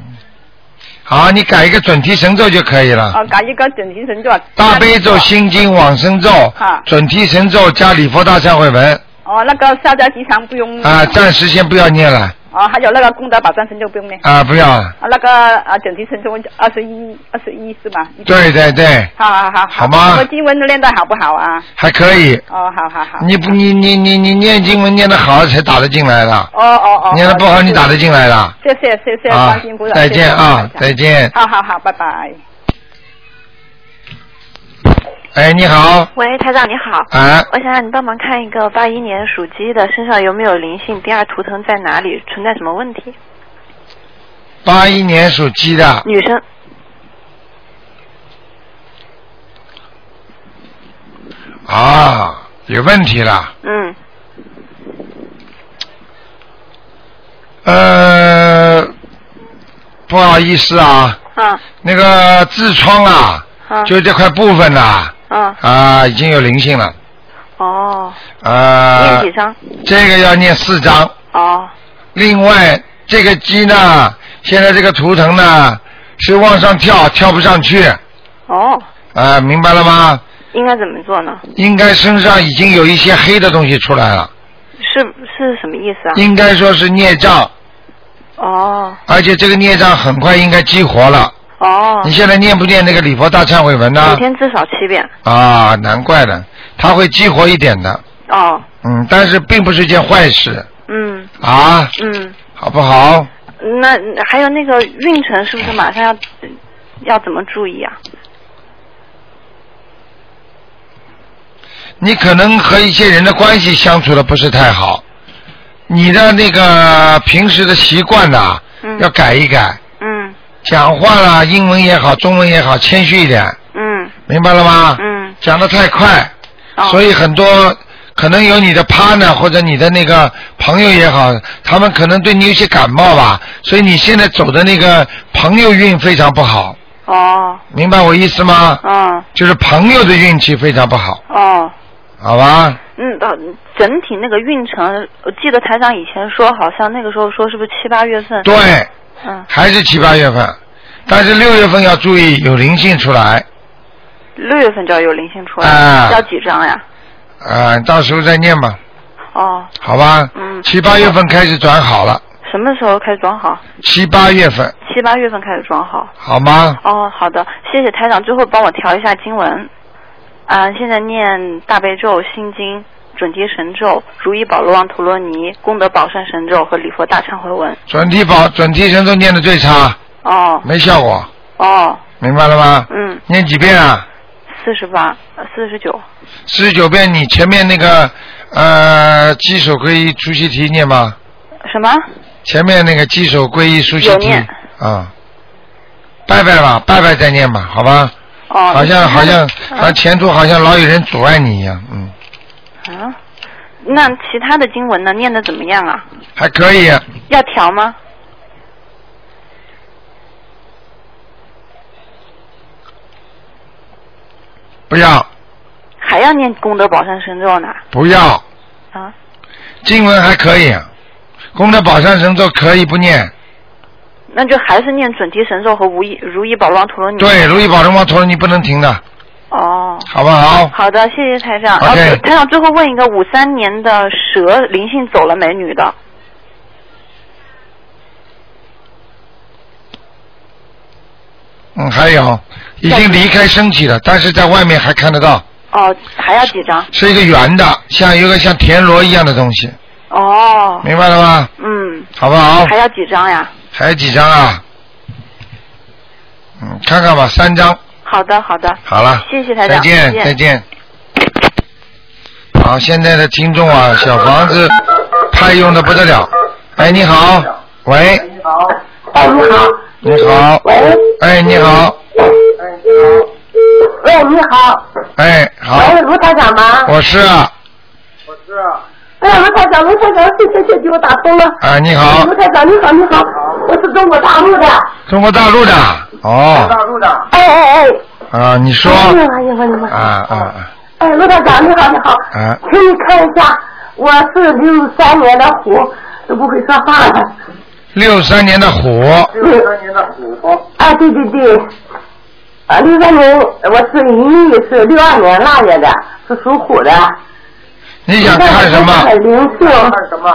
Speaker 1: 好，你改一个准提神咒就可以了。
Speaker 9: 哦，搞一个准提神咒。
Speaker 1: 啊大悲咒、心经、往生咒
Speaker 9: 啊、
Speaker 1: 准提神咒加礼佛大忏悔文
Speaker 9: 哦，那个消灾吉祥不用。
Speaker 1: 啊，暂时先不要念了
Speaker 9: 哦，还有那个功德宝藏神咒不用念。
Speaker 1: 啊，不要了。
Speaker 9: 啊，那个啊，准提神咒二十一，二十一是吗？
Speaker 1: 对对对，
Speaker 9: 好好好。
Speaker 1: 好吗
Speaker 9: 我经文练得好不好啊？
Speaker 1: 还可以。
Speaker 9: 哦，好好好。
Speaker 1: 你不你你你你念经文念得好才打得进来的，
Speaker 9: 哦哦哦。
Speaker 1: 念得不好啊你打得
Speaker 9: 的。
Speaker 1: 进来的。
Speaker 9: 谢谢谢谢
Speaker 1: 啊
Speaker 9: 关心鼓，掌。
Speaker 1: 再见啊，
Speaker 9: 谢谢
Speaker 1: 再见。
Speaker 9: 好好好，拜拜。
Speaker 1: 哎，你好，
Speaker 10: 喂，台长你好，
Speaker 1: 啊，
Speaker 10: 我想让你帮忙看一个八一年属鸡的身上有没有灵性，第二图腾在哪里，存在什么问题？
Speaker 1: 八一年属鸡的，
Speaker 10: 女生，
Speaker 1: 啊，有问题了，
Speaker 10: 嗯，
Speaker 1: 呃，不好意思啊，
Speaker 10: 啊
Speaker 1: 那个痔疮啊，
Speaker 10: 啊
Speaker 1: 就这块部分呐、
Speaker 10: 啊，
Speaker 1: 啊，已经有灵性了，
Speaker 10: 哦，
Speaker 1: 啊
Speaker 10: 念，几张？
Speaker 1: 这个要念四张，
Speaker 10: 哦，
Speaker 1: 另外这个鸡呢，现在这个图腾呢是往上跳，跳不上去，
Speaker 10: 哦，
Speaker 1: 啊，明白了吗？
Speaker 10: 应该怎么做呢？
Speaker 1: 应该身上已经有一些黑的东西出来了，
Speaker 10: 是是什么意思啊？
Speaker 1: 应该说是孽障，
Speaker 10: 哦
Speaker 1: 而且这个孽障很快应该激活了。
Speaker 10: 哦，
Speaker 1: 你现在念不念那个礼佛大忏悔文
Speaker 10: 每
Speaker 1: 呢？
Speaker 10: 天至少七遍。
Speaker 1: 啊，难怪了，它会激活一点的，
Speaker 10: 哦，
Speaker 1: 嗯，但是并不是件坏事
Speaker 10: 嗯
Speaker 1: 啊，
Speaker 10: 嗯，
Speaker 1: 好不好？
Speaker 10: 那还有那个运程是不是马上要要怎么注意啊？
Speaker 1: 你可能和一些人的关系相处的不是太好，你的那个平时的习惯呐、
Speaker 10: 嗯
Speaker 1: 要改一改，
Speaker 10: 嗯
Speaker 1: 讲话啦，英文也好，中文也好，谦虚一点，
Speaker 10: 嗯
Speaker 1: 明白了吗？
Speaker 10: 嗯，
Speaker 1: 讲的太快，
Speaker 10: 哦
Speaker 1: 所以很多可能有你的 partner 或者你的那个朋友也好，他们可能对你有些感冒吧，所以你现在走的那个朋友运非常不好，
Speaker 10: 哦
Speaker 1: 明白我意思吗？
Speaker 10: 哦
Speaker 1: 就是朋友的运气非常不好，
Speaker 10: 哦。
Speaker 1: 好吧？
Speaker 10: 嗯，呃，整体那个运程，我记得台长以前说，好像那个时候说是不是七八月份？
Speaker 1: 对，
Speaker 10: 嗯，
Speaker 1: 还是七八月份，但是六月份要注意有灵性出来，
Speaker 10: 六月份就要有灵性出来，
Speaker 1: 啊
Speaker 10: 要几张呀？
Speaker 1: 啊、到时候再念吧，
Speaker 10: 哦，
Speaker 1: 好吧？
Speaker 10: 嗯
Speaker 1: 七八月份开始转好了，
Speaker 10: 什么时候开始装好？
Speaker 1: 七八月份
Speaker 10: 七八月份开始装好。
Speaker 1: 好吗？
Speaker 10: 哦，好的，谢谢台长，最后帮我调一下经文。啊、现在念大悲咒、心经、准提神咒、如意宝罗王陀罗尼、功德宝善神咒和礼佛大忏悔文。
Speaker 1: 准提宝、准提神咒念的最差，
Speaker 10: 哦
Speaker 1: 没效果，
Speaker 10: 哦，
Speaker 1: 明白了吗？
Speaker 10: 嗯，
Speaker 1: 念几遍啊？
Speaker 10: 四十八，四十九。
Speaker 1: 四十九遍，你前面那个呃鸡首归一出习题念吗？
Speaker 10: 什么？
Speaker 1: 前面那个鸡首归一出习
Speaker 10: 有
Speaker 1: 题
Speaker 10: 念
Speaker 1: 啊，拜拜吧，拜拜再念吧，好吧？
Speaker 10: 哦，
Speaker 1: 好像好像
Speaker 10: 嗯
Speaker 1: 啊前途好像老有人阻碍你一样，嗯，
Speaker 10: 啊，那其他的经文呢？念的怎么样啊？
Speaker 1: 还可以，
Speaker 10: 要调吗？
Speaker 1: 不要
Speaker 10: 还要念功德宝山神咒呢？
Speaker 1: 不要，
Speaker 10: 啊，
Speaker 1: 经文还可以，啊功德宝山神咒可以不念，
Speaker 10: 那就还是念准提神咒和无意如意宝罗王陀罗尼。
Speaker 1: 对，如意宝龙王陀罗尼不能停的，
Speaker 10: 哦。哦，
Speaker 1: 好不好？
Speaker 10: 好的，谢谢台长。
Speaker 1: OK
Speaker 10: 啊台长最后问一个五三年的蛇灵性走了没？女的，
Speaker 1: 嗯，还有已经离开身体了，但是在外面还看得到，
Speaker 10: 哦，还要几张？
Speaker 1: 是一个圆的，像一个像田螺一样的东西，
Speaker 10: 哦，
Speaker 1: 明白了吗？
Speaker 10: 嗯，
Speaker 1: 好不好
Speaker 10: 还？要几张呀？
Speaker 1: 还有几张啊？嗯，看看吧，三张，
Speaker 10: 好的，好的，
Speaker 1: 好了，
Speaker 10: 谢谢台
Speaker 1: 再
Speaker 10: 长，
Speaker 1: 见，再见。好，现在的听众
Speaker 11: 哎
Speaker 1: 啊，小房子派用的不得了。哎，你好，喂，
Speaker 11: 哎，你好，
Speaker 1: 你好，
Speaker 11: 喂，
Speaker 1: 哎，你好，
Speaker 11: 喂，你好，
Speaker 1: 哎，好
Speaker 11: 喂，，卢台长吗？
Speaker 1: 我是啊，
Speaker 11: 哎呀，卢台长，卢台长，谢谢谢谢，给我打通了。哎
Speaker 1: 啊，你好
Speaker 11: 卢，台长，你好，你好，我是中国大陆的。
Speaker 1: 中国大陆的，哦，
Speaker 11: 哎哎哎，
Speaker 1: 啊，你说，
Speaker 11: 哎呀哎呀我的妈！
Speaker 1: 啊啊啊
Speaker 11: 哎，卢台长，你好，你好，
Speaker 1: 啊，
Speaker 11: 请你看一下，我是六三年的虎，都不会说话了。
Speaker 1: 六三年的虎，
Speaker 11: 六三年的虎。啊，对对对。啊，六三年，我是一是六二年腊月的，是属虎的。
Speaker 1: 你想看什么？
Speaker 11: 很灵性。看什么？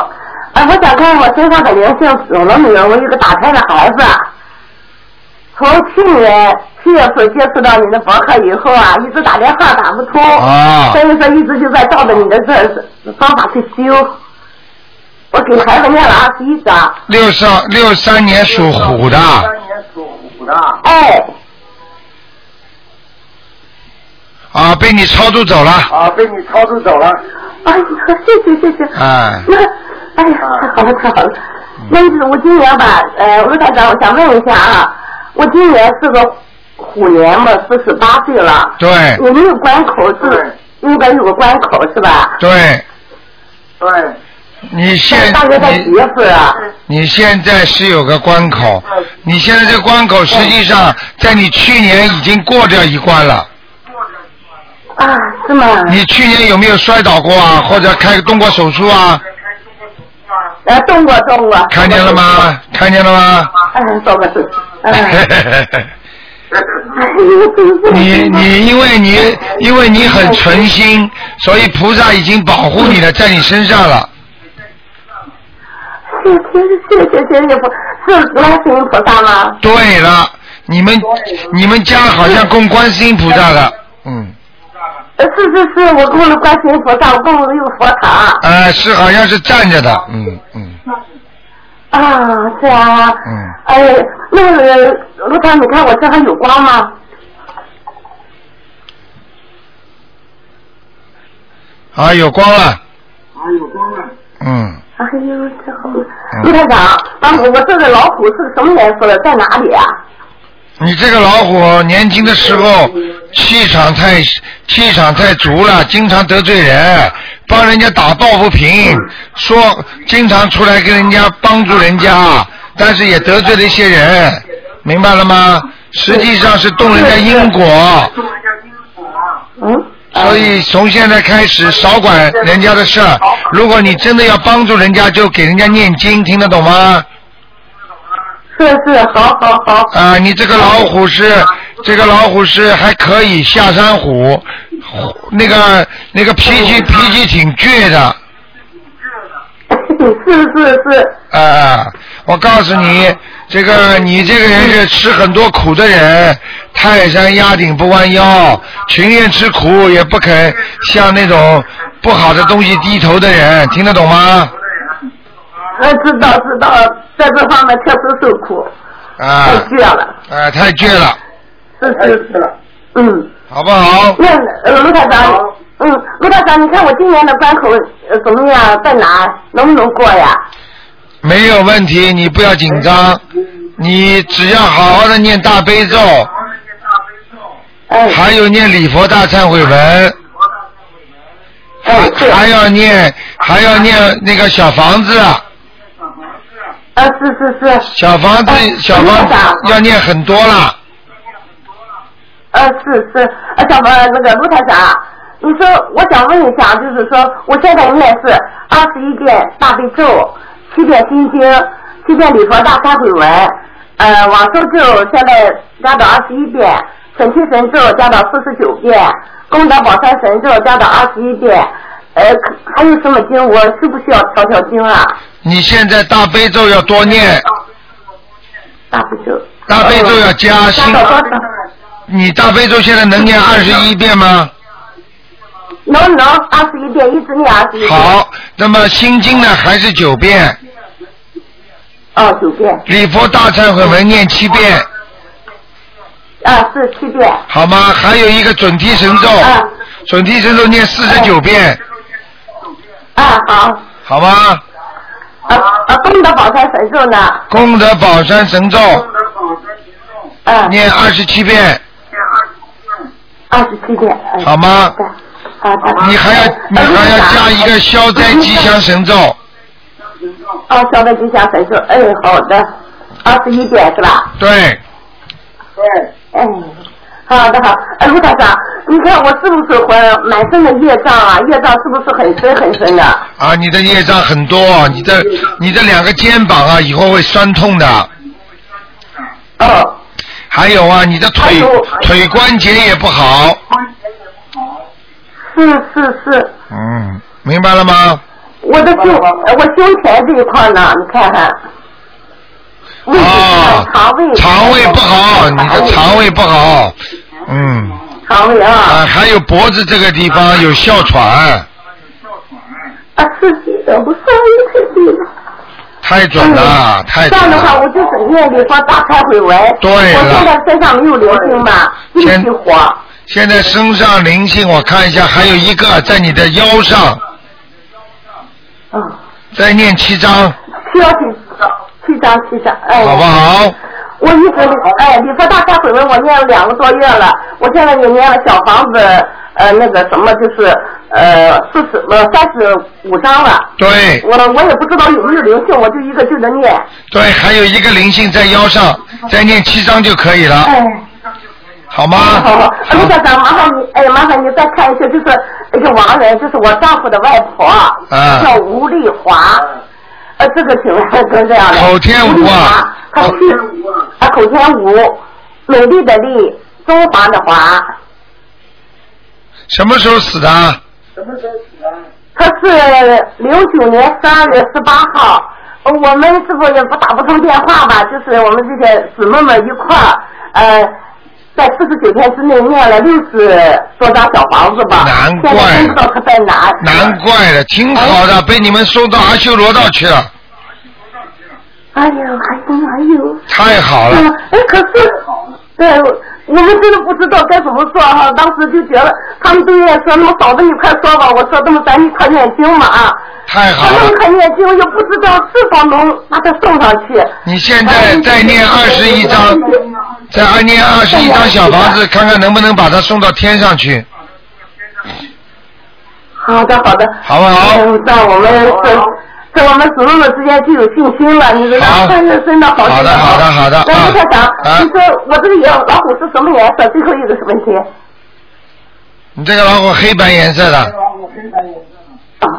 Speaker 11: 啊，我想看我身上的灵性走了没有？我有个打胎的孩子，从去年七月份接触到你的博客以后啊，一直打电话打不通，
Speaker 1: 啊
Speaker 11: 所以说一直就在照着你的这方法去修。我给孩子念了二十一章，
Speaker 1: 六三六三年属虎的，
Speaker 11: 哎，
Speaker 1: 啊，被你超度走了，
Speaker 11: 啊哎呀，谢谢谢谢。
Speaker 1: 哎，
Speaker 11: 那， 哎呀，太好了太好了。那意思我今年吧，呃，卢台长，我想问一下啊，我今年是个虎年嘛，四十八岁了，
Speaker 1: 对
Speaker 11: 有没有关口是？应该有个关口是吧？
Speaker 1: 对，
Speaker 3: 对，
Speaker 1: 你现
Speaker 11: 哎大约在几
Speaker 1: 你
Speaker 11: 月份啊？
Speaker 1: 你现在是有个关口，你现在这关口实际上在你去年已经过掉一关了。
Speaker 11: 啊，是吗？
Speaker 1: 你去年有没有摔倒过啊？或者开动过手术啊？
Speaker 11: 呃，动过动过。
Speaker 1: 看见了吗？看见了 吗？
Speaker 11: 嗯，动过动过。嗯，哎呦真是
Speaker 1: 你你因为你因为你很诚心，所以菩萨已经保护你了，在你身上了。
Speaker 11: 谢谢谢谢谢谢菩，是观世音菩萨吗？
Speaker 1: 对了，你们你们家好像供观世音菩萨的，嗯，
Speaker 11: 呃，是是是，我供了观世音菩萨，我供了有佛塔。
Speaker 1: 呃，是好像是站着的，嗯嗯，
Speaker 11: 啊，是啊。
Speaker 1: 嗯
Speaker 11: 哎，那个卢台，你看我身上有光吗？
Speaker 1: 啊，有光了。啊，有光了。嗯，
Speaker 11: 哎呦，这好！
Speaker 1: 嗯
Speaker 11: 卢台长，啊，我我这个老虎是个什么颜色的？在哪里啊？
Speaker 1: 你这个老虎年轻的时候气场太气场太足了，经常得罪人，帮人家打抱不平，说经常出来跟人家帮助人家，但是也得罪了一些人，明白了吗？实际上是动人家因果，
Speaker 6: 啊
Speaker 11: 嗯。
Speaker 1: 所以从现在开始少管人家的事儿。如果你真的要帮助人家，就给人家念经，听得懂吗？
Speaker 11: 是是，好好好。
Speaker 1: 啊、你这个老虎是这个老虎是还可以下山虎，虎那个那个脾气脾气挺倔的，
Speaker 11: 是是是，
Speaker 1: 啊，我告诉你，这个你这个人是吃很多苦的人，泰山压顶不弯腰，情愿吃苦也不肯向那种不好的东西低头的人，听得懂吗？
Speaker 11: 呃，知道知道，在这方面确实受苦，
Speaker 1: 啊、
Speaker 11: 太
Speaker 1: 啊、
Speaker 11: 倔了，
Speaker 1: 太倔了，
Speaker 11: 是是是。嗯，
Speaker 1: 好不好？
Speaker 11: 那呃卢台长，嗯，卢台长，你看我今年的关口呃怎么样？在哪？能不能过呀？
Speaker 1: 没有问题，你不要紧张，你只要好好的念大悲咒，
Speaker 11: 哎，
Speaker 1: 还有念礼佛大忏悔文，
Speaker 11: 哎，是，
Speaker 1: 还要念还要念那个小房子，
Speaker 11: 啊，是是是，
Speaker 1: 小房子
Speaker 11: 哎
Speaker 1: 小
Speaker 11: 台
Speaker 1: 房
Speaker 11: 长
Speaker 1: 子要念很多了。
Speaker 11: 呃，是是，呃，小朋友那个卢台长啊，你说我想问一下，就是说我现在念是二十一遍大悲咒，七遍心经，七遍礼佛大忏悔文，呃，往生咒现在加到二十一遍，准提神咒加到四十九遍，功德宝山神咒加到二十一遍。呃，可还有什么经？我需不需要调调经啊？
Speaker 1: 你现在大悲咒要多念，
Speaker 11: 大悲咒。
Speaker 1: 大悲咒要加心。
Speaker 11: 到多少？
Speaker 1: 你大悲咒现在能念二十一遍吗？
Speaker 11: 能能，二十一遍，一直念二十一遍。
Speaker 1: 好，那么心经呢还是九遍，
Speaker 11: 哦，九遍，
Speaker 1: 礼佛大忏悔文念七遍，
Speaker 11: 啊，是七遍，
Speaker 1: 好吗？还有一个准提神咒，准提神咒念四十九遍，
Speaker 11: 啊，好，
Speaker 1: 好吗？
Speaker 11: 啊啊，功德宝山神咒呢？
Speaker 1: 功德宝山神咒
Speaker 11: 嗯，
Speaker 1: 念二十七遍，
Speaker 11: 二十七遍，哎
Speaker 1: 好吗？
Speaker 11: 好的。哎
Speaker 1: 你还要你还要加一个消灾吉祥神咒，
Speaker 11: 哦，消灾吉祥神咒，哎，好的，二十一遍是吧？
Speaker 1: 对，
Speaker 11: 对。哎，好的好，哎，卢台长，你看我是不是还满身的业障啊？业障是不是很深很深的？
Speaker 1: 啊，你的业障很多，你的你的两个肩膀啊，以后会酸痛的。
Speaker 11: 哦。
Speaker 1: 还有啊，你的腿腿关节也不好，
Speaker 11: 是是是，
Speaker 1: 嗯，明白了吗？
Speaker 11: 我的胸，呃我胸前这一块呢，你看看，胃
Speaker 1: 啊，
Speaker 11: 肠胃
Speaker 1: 肠胃不
Speaker 11: 哦
Speaker 1: 好，你的肠胃不好，嗯，
Speaker 11: 肠胃啊，
Speaker 1: 啊，还有脖子这个地方有哮喘，
Speaker 11: 啊是的，不是一块地方。
Speaker 1: 太准了，太
Speaker 11: 嗯这
Speaker 1: 准
Speaker 11: 样的话，
Speaker 1: 了。
Speaker 11: 我就是念礼佛大忏悔文。
Speaker 1: 对了
Speaker 11: 我现在身上没有灵性嘛，一
Speaker 1: 先
Speaker 11: 起火。
Speaker 1: 现在身上灵性，我看一下，还有一个在你的腰上，
Speaker 11: 嗯，
Speaker 1: 再念七张，
Speaker 11: 需要几七张七张，哎。
Speaker 1: 好不好？
Speaker 11: 我一直哎，礼佛大忏悔文我念了两个多月了，我现在也念了小房子，呃，那个什么就是呃四十呃三十五张了。
Speaker 1: 对
Speaker 11: 我我也不知道有没有灵性，我就一个劲的念。
Speaker 1: 对，还有一个灵性在腰上，再念七张就可以了，
Speaker 11: 哎，
Speaker 1: 好吗？
Speaker 11: 好好，哎卢校长，麻烦你，哎，麻烦你再看一下，就是一个亡人，就是我丈夫的外婆，
Speaker 1: 啊
Speaker 11: 叫吴丽华，呃，这个挺挺这样的。
Speaker 1: 嗯口天
Speaker 11: 吴
Speaker 1: 吴
Speaker 11: 丽华
Speaker 1: 啊，
Speaker 11: 她去啊，口天吴，美丽的丽，中华的华，
Speaker 1: 什么时候死的啊？
Speaker 11: 她是零九年十二月十八号。呃我们是不是也不打不通电话吧？就是我们这些姊妹们一块儿，呃，在四十九天之内念了六十多张小房子吧。
Speaker 1: 难怪啊
Speaker 11: 现在真不知道她在哪。
Speaker 1: 难怪了，挺好的，被你们送到阿修罗道去了，
Speaker 11: 哎呦，还有还有，
Speaker 1: 太好
Speaker 11: 嗯
Speaker 1: 了。，
Speaker 11: 哎，可是，对，我们真的不知道该怎么做哈、当时就觉得他们都愿意说，那么嫂子你快说吧，我说那么咱一块念经嘛啊，
Speaker 1: 太好
Speaker 11: 咱们
Speaker 1: 了！
Speaker 11: 快念经，也不知道是否能把它送上去。
Speaker 1: 你现在再念二十一章，再念二十一章小房子，看看能不能把它送到天上去，
Speaker 11: 好的，好的。
Speaker 1: 好不好？
Speaker 11: 嗯，那我们是。这我们姊妹们之间就有信心了，你知道
Speaker 1: 好，
Speaker 11: 真的真的好。
Speaker 1: 好的好的好的
Speaker 11: 那
Speaker 1: 啊
Speaker 11: 卢校长，
Speaker 1: 啊
Speaker 11: 你说我这个羊老虎是什么颜色？最后一个问题。
Speaker 1: 你这个老虎黑白颜色的，
Speaker 11: 啊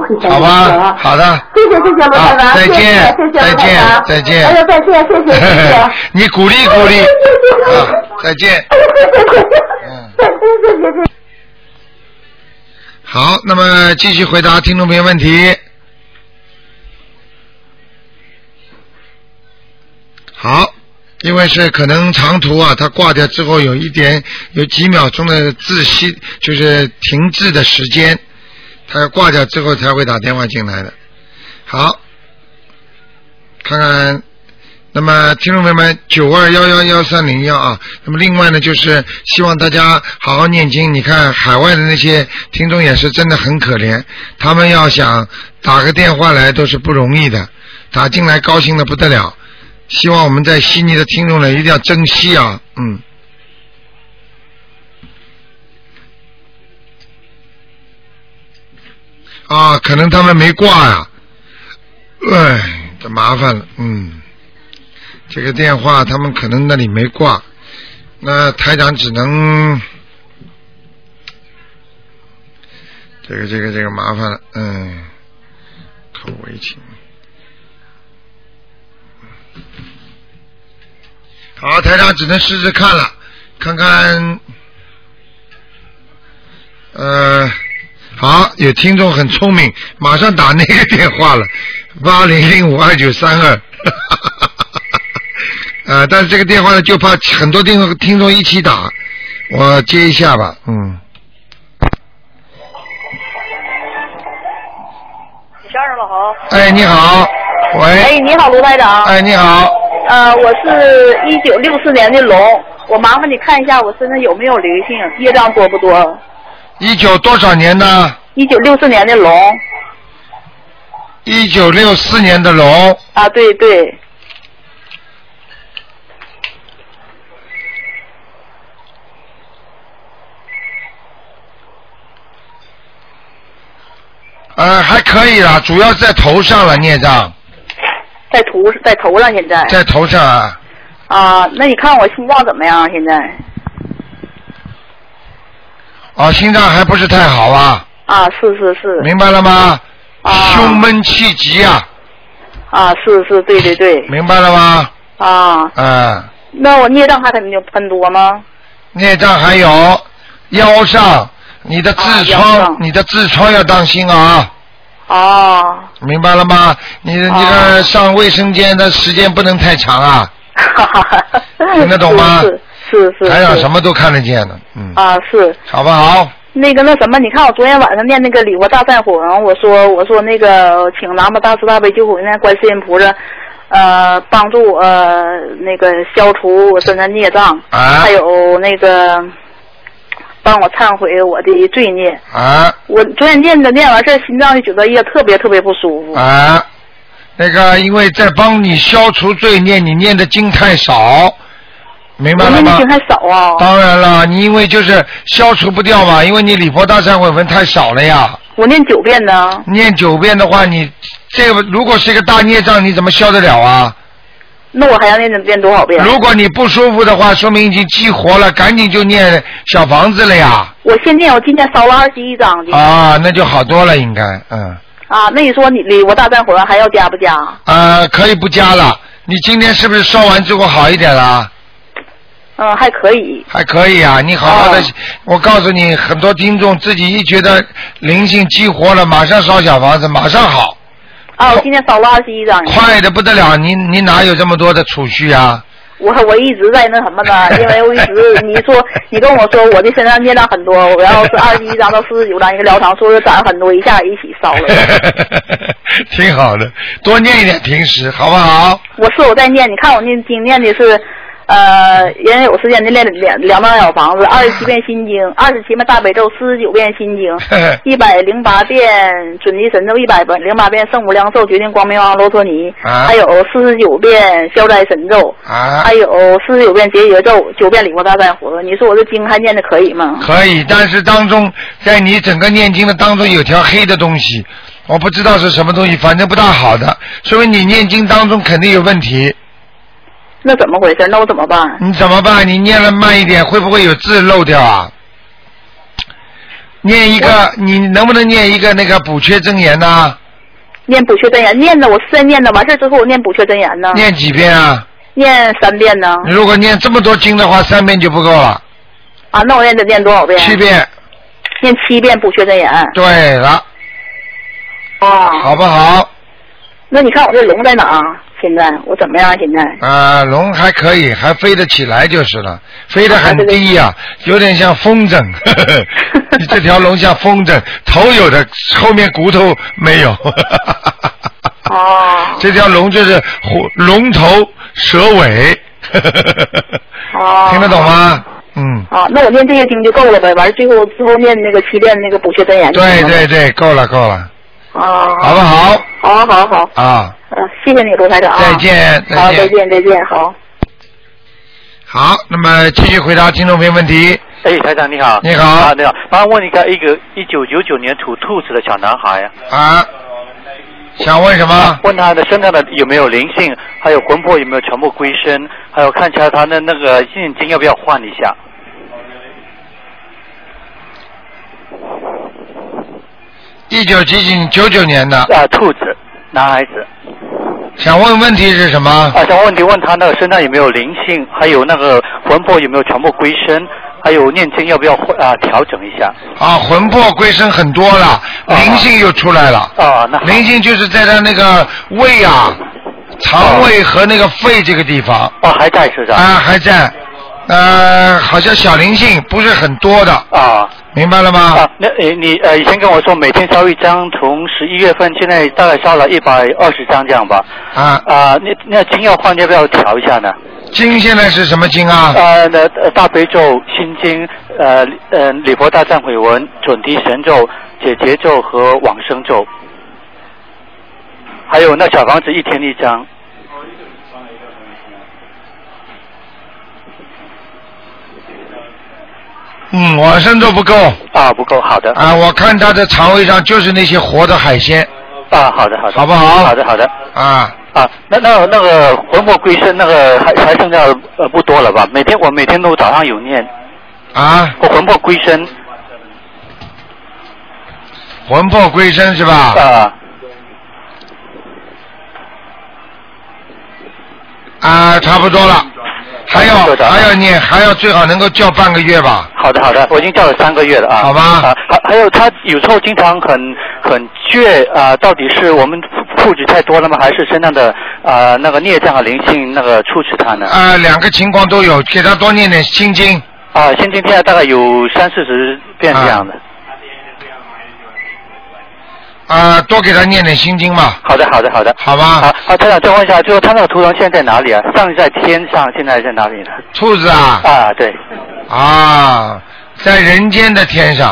Speaker 11: 会讲
Speaker 1: 好
Speaker 11: 一讲啊
Speaker 1: 吧？好的，
Speaker 11: 谢谢谢谢罗台
Speaker 1: 好
Speaker 11: 长，
Speaker 1: 再
Speaker 11: 谢谢
Speaker 1: 见
Speaker 11: 谢谢罗台长，
Speaker 1: 再见再见
Speaker 11: 哎呀再见谢谢谢谢，
Speaker 1: 你鼓励鼓励啊！再见。
Speaker 11: 哎呀谢谢谢谢，
Speaker 1: 嗯
Speaker 11: 再见谢谢谢谢。
Speaker 1: 好，那么继续回答听众朋友问题。好，因为是可能长途啊，它挂掉之后有一点有几秒钟的窒息，就是停滞的时间，它挂掉之后才会打电话进来的。好，看看。那么，听众朋友们，九二幺幺幺三零幺啊。那么，另外呢，就是希望大家好好念经。你看，海外的那些听众也是真的很可怜，他们要想打个电话来都是不容易的，打进来高兴的不得了。希望我们在悉尼的听众呢，一定要珍惜啊，嗯。啊，可能他们没挂呀、哎，这麻烦了，嗯。这个电话他们可能那里没挂，那台长只能这个这个这个麻烦了，嗯，口为情。好，台长只能试试看了。看看，呃，好，有听众很聪明，马上打那个电话了，八零零五二九三二。呃，但是这个电话呢，就怕很多听众听众一起打，我接一下吧，嗯。
Speaker 12: 先生了好。
Speaker 1: 哎，你好，喂。
Speaker 12: 哎，你好，卢台长。
Speaker 1: 哎，你好。
Speaker 12: 呃，我是一九六四年的龙，我麻烦你看一下我身上有没有灵性，业障多不多？
Speaker 1: 一九多少年呢？
Speaker 12: 一九六四年的龙
Speaker 1: 一九六四年的龙，
Speaker 12: 啊，对对，
Speaker 1: 呃，还可以啦，主要是在头上了孽障，
Speaker 12: 在头在头上现在。
Speaker 1: 在头上啊，
Speaker 12: 啊，那你看我心脏怎么样现在？
Speaker 1: 啊，心脏还不是太好啊，
Speaker 12: 啊，是是是。
Speaker 1: 明白了吗？胸闷气急啊，
Speaker 12: 啊，是是，对对对。
Speaker 1: 明白了吗？
Speaker 12: 啊，
Speaker 1: 啊，
Speaker 12: 那我孽障还很很多吗？
Speaker 1: 孽障还有腰上，你的
Speaker 12: 啊
Speaker 1: 痔疮，你的痔疮要当心啊，
Speaker 12: 哦，
Speaker 1: 明白了吗？你的这个上卫生间的时间不能太长 啊，听得懂吗？
Speaker 12: 是是是。
Speaker 1: 台长
Speaker 12: 是
Speaker 1: 什么都看得见的，嗯，
Speaker 12: 啊，是。
Speaker 1: 好不好？
Speaker 12: 那个那什么，你看我昨天晚上念那个《礼佛大忏悔文》，我说我说那个请南无大慈大悲救苦救难观世音菩萨，呃，帮助我、呃、那个消除我身上孽障，
Speaker 1: 啊
Speaker 12: 还有那个帮我忏悔我的罪孽。
Speaker 1: 啊
Speaker 12: 我昨天念的念完事儿，心脏就觉得也特别特别不舒服。
Speaker 1: 啊，那个因为在帮你消除罪孽，你念的经太少，明白了
Speaker 12: 我念
Speaker 1: 吗？
Speaker 12: 的经还少啊。
Speaker 1: 当然了，你因为就是消除不掉嘛，因为你礼佛大忏悔文太少了呀。
Speaker 12: 我念九遍呢。
Speaker 1: 念九遍的话，你这个如果是一个大孽障，你怎么消得了啊？
Speaker 12: 那我还要念念多少遍？
Speaker 1: 如果你不舒服的话，说明已经激活了，赶紧就念小房子了呀。
Speaker 12: 我现在我今天烧了二十一张的
Speaker 1: 啊，那就好多了，应该，嗯，
Speaker 12: 啊。那你说你礼佛大忏悔文还要加不加？
Speaker 1: 啊，可以不加了。你今天是不是烧完之后好一点了？
Speaker 12: 嗯，还可以。
Speaker 1: 还可以啊，你好好的，我告诉你，很多听众自己一觉得灵性激活了，马上烧小房子，马上好，
Speaker 12: 啊，我今天烧了二十一张。
Speaker 1: 快的不得了，你你哪有这么多的储蓄啊？
Speaker 12: 我我一直在那什么呢？因为我一直你说你跟我说我的身上孽障很多，我要是二十一张到四十九张一个疗程，说是攒很多，一下一起烧了。
Speaker 1: 挺好的，多念一点平时，好不好？
Speaker 12: 我是我在念，你看我念经念的是，呃，人有时间的念两两张小房子，二十七遍心经，二十七遍大悲咒，四十九遍心经，一百零八遍准提神咒，一百零八遍圣无量寿决定光明王罗陀尼，
Speaker 13: 啊
Speaker 12: 还有四十九遍消灾神咒，
Speaker 1: 啊
Speaker 12: 还有四十九遍结节咒，九遍礼佛大忏悔文。你说我这经还念的可以吗？
Speaker 1: 可以，但是当中，在你整个念经的当中有条黑的东西，我不知道是什么东西，反正不大好的，说明你念经当中肯定有问题。
Speaker 12: 那怎么回事？那我怎么办？
Speaker 1: 你怎么办？你念了慢一点，会不会有字漏掉啊？念一个，你能不能念一个那个补缺真言呢、
Speaker 12: 念补缺真言，念的我是在念的，完事儿之后我念补缺真言呢，
Speaker 1: 念几遍啊？
Speaker 12: 念三遍呢。
Speaker 1: 你如果念这么多经的话，三遍就不够了。
Speaker 12: 啊，那我念得念多少遍？
Speaker 1: 七遍。
Speaker 12: 念七遍补缺真言。
Speaker 1: 对了，
Speaker 12: 啊，
Speaker 1: 好不好？
Speaker 12: 那你看我这龙在哪儿？现在我怎么样？现在
Speaker 1: 啊、龙还可以，还飞得起来就是了，飞得很低呀、有点像风筝。 你这条龙像风筝，头有的，后面骨头没有。
Speaker 12: 哦。
Speaker 1: 这条龙就是虎龙头蛇尾。
Speaker 12: 哦
Speaker 1: 听得懂吗？嗯，
Speaker 12: 啊，那我念这些经就够了呗。完了最后之后念那个七遍那个补缺真言就
Speaker 1: 对
Speaker 12: 行了
Speaker 1: 对
Speaker 12: 呗。
Speaker 1: 对，够了够了
Speaker 12: 啊，
Speaker 1: 好不好？
Speaker 12: 好好好，
Speaker 1: 啊！
Speaker 12: 嗯，谢谢你卢台长啊。
Speaker 1: 再见再见
Speaker 12: 好，再见再见，好。
Speaker 1: 好，那么继续回答听众朋友问题。
Speaker 14: 哎，台长你好。
Speaker 1: 你好
Speaker 14: 啊，你好。麻烦问一个一个一九九九年属兔子的小男孩，
Speaker 1: 啊，想问什么？
Speaker 14: 问他的身上的有没有灵性，还有魂魄有没有全部归身，还有看起来他的那个眼睛要不要换一下？
Speaker 1: 一九几几九九年的
Speaker 14: 啊，兔子，男孩子。
Speaker 1: 想问问题是什么？
Speaker 14: 啊，想问题问他那个身上有没有灵性，还有那个魂魄有没有全部归身，还有念经要不要啊、调整一下？
Speaker 1: 啊，魂魄归身很多了，灵性又出来了。
Speaker 14: 啊，那
Speaker 1: 灵性就是在他那个胃啊、肠胃和那个肺这个地方。
Speaker 14: 哦，还在是吧？
Speaker 1: 啊，还在。呃，好像小灵性不是很多的。
Speaker 14: 啊。
Speaker 1: 明白了吗？
Speaker 14: 啊，那呃你呃以前跟我说每天烧一张，从十一月份现在大概烧了一百二十张这样吧。
Speaker 1: 啊
Speaker 14: 啊，那那经要换要不要调一下呢？
Speaker 1: 经现在是什么经啊？
Speaker 14: 呃，那呃大悲咒、心经、呃呃礼佛大忏悔文、准提神咒、解结咒和往生咒，还有那小房子一天一张。
Speaker 1: 嗯，往生咒不够。
Speaker 14: 啊，不够，好的。
Speaker 1: 啊，我看他的肠胃上就是那些活的海鲜。
Speaker 14: 啊，好的，好的，
Speaker 1: 好不好
Speaker 14: 好的，好的。
Speaker 1: 啊
Speaker 14: 啊，那那那个魂魄归身那个还还剩下呃不多了吧？每天我每天都早上有念，
Speaker 1: 啊，
Speaker 14: 我魂魄归身
Speaker 1: 魂魄归身是吧？
Speaker 14: 啊。
Speaker 1: 啊，差不多了，还要
Speaker 14: 啊
Speaker 1: 还要念，还要最好能够叫半个月吧。
Speaker 14: 好的，好的，我已经叫了三个月了啊。好吧。啊，还还有他有时候经常很很倔啊、到底是我们负值太多了吗？还是身上的啊、那个孽障和灵性那个促使他呢？
Speaker 1: 啊，两个情况都有，给他多念点心经。
Speaker 14: 啊，现今天下大概有三四十遍这样的。
Speaker 1: 啊，多给他念点心经嘛。
Speaker 14: 好的，好的，好的。
Speaker 1: 好吧。
Speaker 14: 啊啊，台长，再问一下，就是他那个图腾现在在哪里啊？上在天上，现在在哪里呢？
Speaker 1: 兔子啊。
Speaker 14: 啊，对。
Speaker 1: 啊，在人间的天上。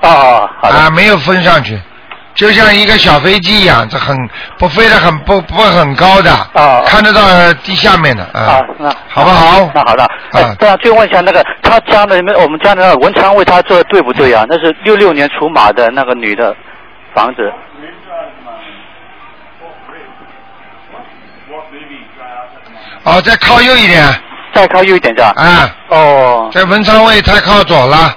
Speaker 14: 啊，好
Speaker 1: 的。啊，没有分上去，就像一个小飞机一样，这很不飞得很不不很高的，
Speaker 14: 啊
Speaker 1: 看得到地下面的啊。
Speaker 14: 啊，那
Speaker 1: 好不好？
Speaker 14: 那好的。哎，对啊，最后问一下那个他家的那我们家的那个文昌位，他这对不对啊？那是六六年属马的那个女的房子。
Speaker 1: 哦，再靠右一点。
Speaker 14: 再靠右一点是吧？
Speaker 1: 啊。
Speaker 14: 哦。
Speaker 1: 在文昌位太靠左了。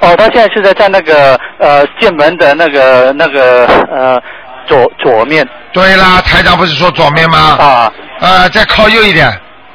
Speaker 14: 哦，他现在是在在那个呃进门的那个那个呃左左面。
Speaker 1: 对啦，台长不是说左面吗？
Speaker 14: 啊。
Speaker 1: 啊，再靠右一点。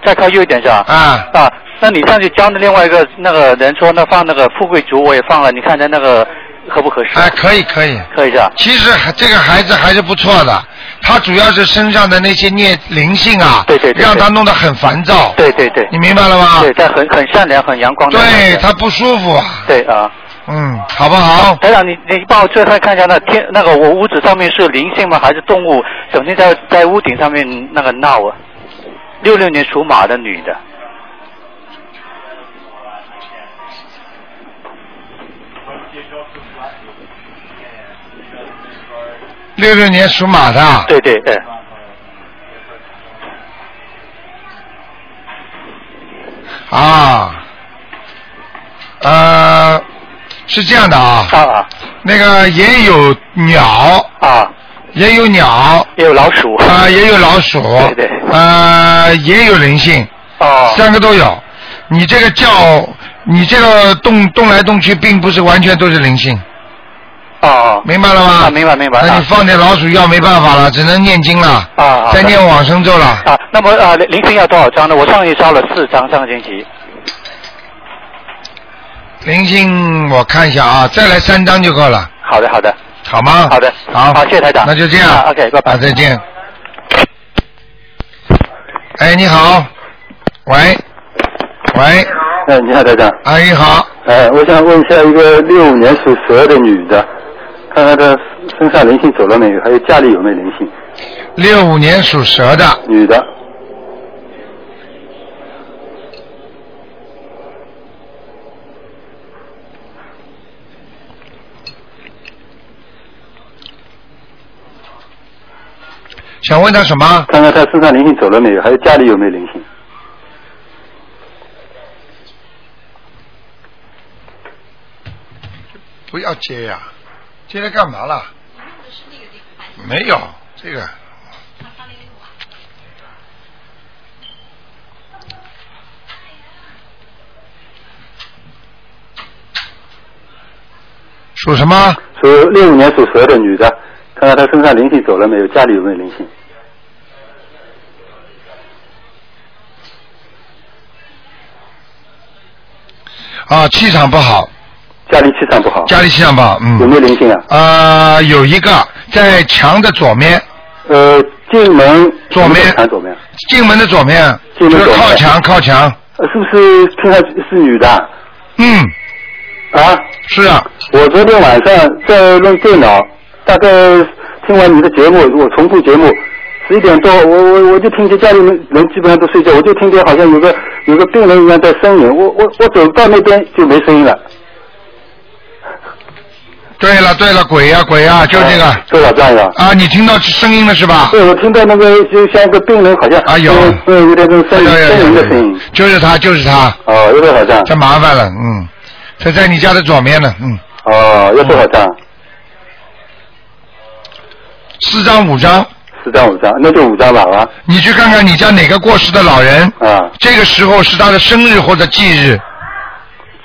Speaker 14: 再靠右一点是吧？
Speaker 1: 啊。
Speaker 14: 啊，那你上去教的另外一个那个人说，那放那个富贵竹我也放了，你看他那个合不合适？啊
Speaker 1: 哎，可以可以。
Speaker 14: 可以是吧？
Speaker 1: 其实还这个孩子还是不错的，他主要是身上的那些孽灵性啊，
Speaker 14: 对对对对
Speaker 1: 让他弄得很烦躁，
Speaker 14: 对对对。
Speaker 1: 你明白了吗
Speaker 14: 对，他很很善良，很阳光的那个人。
Speaker 1: 对他不舒服啊。
Speaker 14: 对啊。
Speaker 1: 嗯，好不好？
Speaker 14: 台长，你你帮我最后看一下那天那个我屋子上面是灵性吗？还是动物整天在在屋顶上面那个闹啊？六六年属马的女的，
Speaker 1: 六六年属马的，
Speaker 14: 对对对，
Speaker 1: 啊，呃，是这样的啊，
Speaker 14: 啊，
Speaker 1: 那个也有鸟，
Speaker 14: 啊，
Speaker 1: 也有鸟，
Speaker 14: 也有老鼠，
Speaker 1: 啊，也有老鼠，
Speaker 14: 对
Speaker 1: 呃，也有灵性，
Speaker 14: 哦，
Speaker 1: 三个都有。你这个叫，你这个动动来动去，并不是完全都是灵性，
Speaker 14: 哦，
Speaker 1: 明白了吗？
Speaker 14: 啊，明白明白。
Speaker 1: 那你
Speaker 14: 啊
Speaker 1: 放点老鼠药没办法了，只能念经了，
Speaker 14: 啊，
Speaker 1: 再念往
Speaker 14: 网
Speaker 1: 生咒了。
Speaker 14: 啊，那么啊，灵灵性要多少张呢？我上一烧了四张，上个星期。
Speaker 1: 灵性我看一下啊，再来三张就够了，
Speaker 14: 好的好的，
Speaker 1: 好吗？
Speaker 14: 好的，
Speaker 1: 好，
Speaker 14: 好，谢谢台长。
Speaker 1: 那就这样。
Speaker 14: 啊 OK，拜拜。
Speaker 1: 啊，再见。哎，你好，喂，喂，
Speaker 13: 哎，你好，台长。
Speaker 1: 阿姨好。
Speaker 13: 哎，我想问一下，一个六五年属蛇的女的，看看她身上灵性走了没有，还有家里有没有灵性？
Speaker 1: 六五年属蛇的
Speaker 14: 嗯
Speaker 13: 女的，
Speaker 1: 想问她什么？
Speaker 13: 看看她身上灵性走了没有，还有家里有没有灵性？
Speaker 1: 不要接呀、接来干嘛了？没有这个。属什么？
Speaker 13: 属六五年属蛇的女的，看看她身上灵性走了没有，家里有没有灵性？
Speaker 1: 啊，气场不好，
Speaker 13: 家里气场不好。
Speaker 1: 家里气场不好，嗯。
Speaker 13: 有没有灵性啊？
Speaker 1: 啊，有一个在墙的左面。
Speaker 13: 呃，进门
Speaker 1: 左面，
Speaker 13: 看左面，
Speaker 1: 进门的左面，
Speaker 13: 进门
Speaker 1: 就
Speaker 13: 左
Speaker 1: 是
Speaker 13: 面
Speaker 1: 靠墙，靠墙。
Speaker 13: 呃是不是听上去是女的啊？
Speaker 1: 嗯。
Speaker 13: 啊？
Speaker 1: 是啊。
Speaker 13: 我昨天晚上在弄电脑，大概听完你的节目，我重复节目，十一点多，我我我就听见家里面人基本上都睡觉，我就听见好像有个有个病人一样在呻吟，我我我走到那边就没声音了。
Speaker 1: 对了对了，鬼呀、鬼呀、就这个。
Speaker 13: 对了，啊这样呀。
Speaker 1: 啊，你听到声音了是吧？
Speaker 13: 对，我听到那个就像一个病人好像，哎呦，对，有点那种呻
Speaker 1: 哎
Speaker 13: 吟呻吟的声音。
Speaker 1: 就是他，就是他。
Speaker 13: 哦，有多少张？
Speaker 1: 这麻烦了，嗯，这在你家的左面呢，嗯，
Speaker 13: 哦，要多少张？
Speaker 1: 四张五张。
Speaker 13: 四张五张，那就五张吧，好啊吧。
Speaker 1: 你去看看你家哪个过世的老人，
Speaker 13: 啊，
Speaker 1: 这个时候是他的生日或者忌日，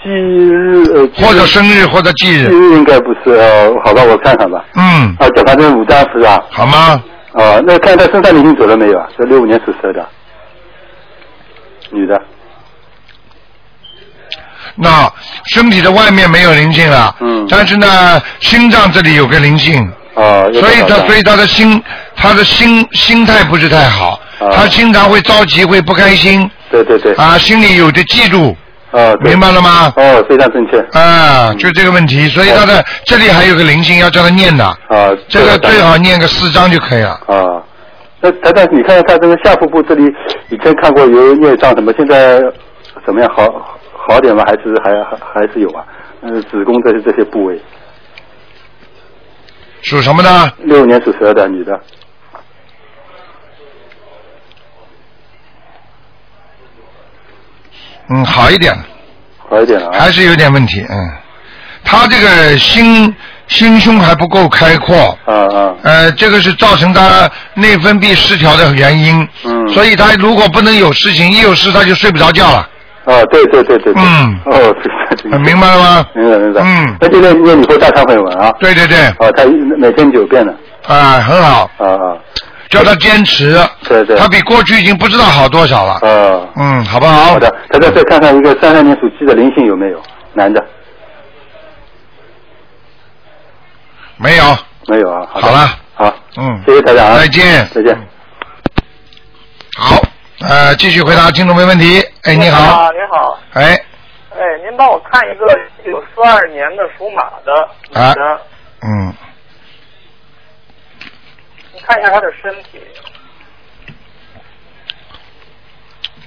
Speaker 13: 忌日呃，忌日
Speaker 1: 或者生日或者忌
Speaker 13: 忌
Speaker 1: 日，
Speaker 13: 日应该不是哦，好吧，我看看吧。
Speaker 1: 嗯，
Speaker 13: 啊，脚反正五张是吧？
Speaker 1: 好吗？
Speaker 13: 哦，那看他身上已经走了没有啊？这六五年属蛇的，女的，
Speaker 1: 那身体的外面没有灵性了，嗯，但是呢，心脏这里有个灵性，
Speaker 13: 哦，有
Speaker 1: 所以
Speaker 13: 多少
Speaker 1: 他
Speaker 13: 张
Speaker 1: 所以他的心他的心心态不是太好，他经常会着急，会不开心，
Speaker 13: 啊对对对，
Speaker 1: 啊，心里有的嫉妒，
Speaker 13: 哦，对
Speaker 1: 明白了吗？
Speaker 13: 哦，非常正确，哦
Speaker 1: 啊，就这个问题，所以他的这里还有个灵性要叫他念的，
Speaker 13: 啊，
Speaker 1: 这个最好念个四章就可以了。
Speaker 13: 啊。那台长，你看看他这个下腹部这里，以前看过有孽障什么，现在怎么样？好好点吗？还是还还还是有啊？嗯，子宫这些这些部位，
Speaker 1: 属什么呢？
Speaker 13: 六五年属蛇的女的，
Speaker 1: 嗯，好一点，
Speaker 13: 好一点了啊。
Speaker 1: 还是有点问题，嗯，他这个心心胸还不够开阔，
Speaker 13: 啊啊
Speaker 1: 呃，这个是造成他内分泌失调的原因，
Speaker 13: 嗯
Speaker 1: 所以他如果不能有事情，一有事他就睡不着觉了，
Speaker 13: 哦，对对对对对。
Speaker 1: 嗯。
Speaker 13: 哦，非常
Speaker 1: 明白了吗？
Speaker 13: 明白明白。
Speaker 1: 嗯。
Speaker 13: 那就念念你会大忏悔文啊。
Speaker 1: 对对对。
Speaker 13: 哦，他一每天九遍了。
Speaker 1: 啊，很好，
Speaker 13: 啊啊。
Speaker 1: 叫他坚持，
Speaker 13: 对对。
Speaker 1: 他比过去已经不知道好多少了，
Speaker 13: 啊。
Speaker 1: 嗯，好不好？
Speaker 13: 好的，大家再看看一个三三年属鸡的灵性有没有？男的
Speaker 1: 没有，
Speaker 13: 没有啊？好
Speaker 1: 好了，
Speaker 13: 好，
Speaker 1: 嗯，
Speaker 13: 谢谢大家啊。
Speaker 1: 再见嗯
Speaker 13: 再见。
Speaker 1: 好，呃，继续回答听众没问题，哎，你好，
Speaker 15: 您好，
Speaker 1: 哎，
Speaker 15: 哎，您帮我看一个一九四二年的属马的女
Speaker 1: 啊
Speaker 15: 的，
Speaker 1: 嗯，
Speaker 15: 你看一下她的身体，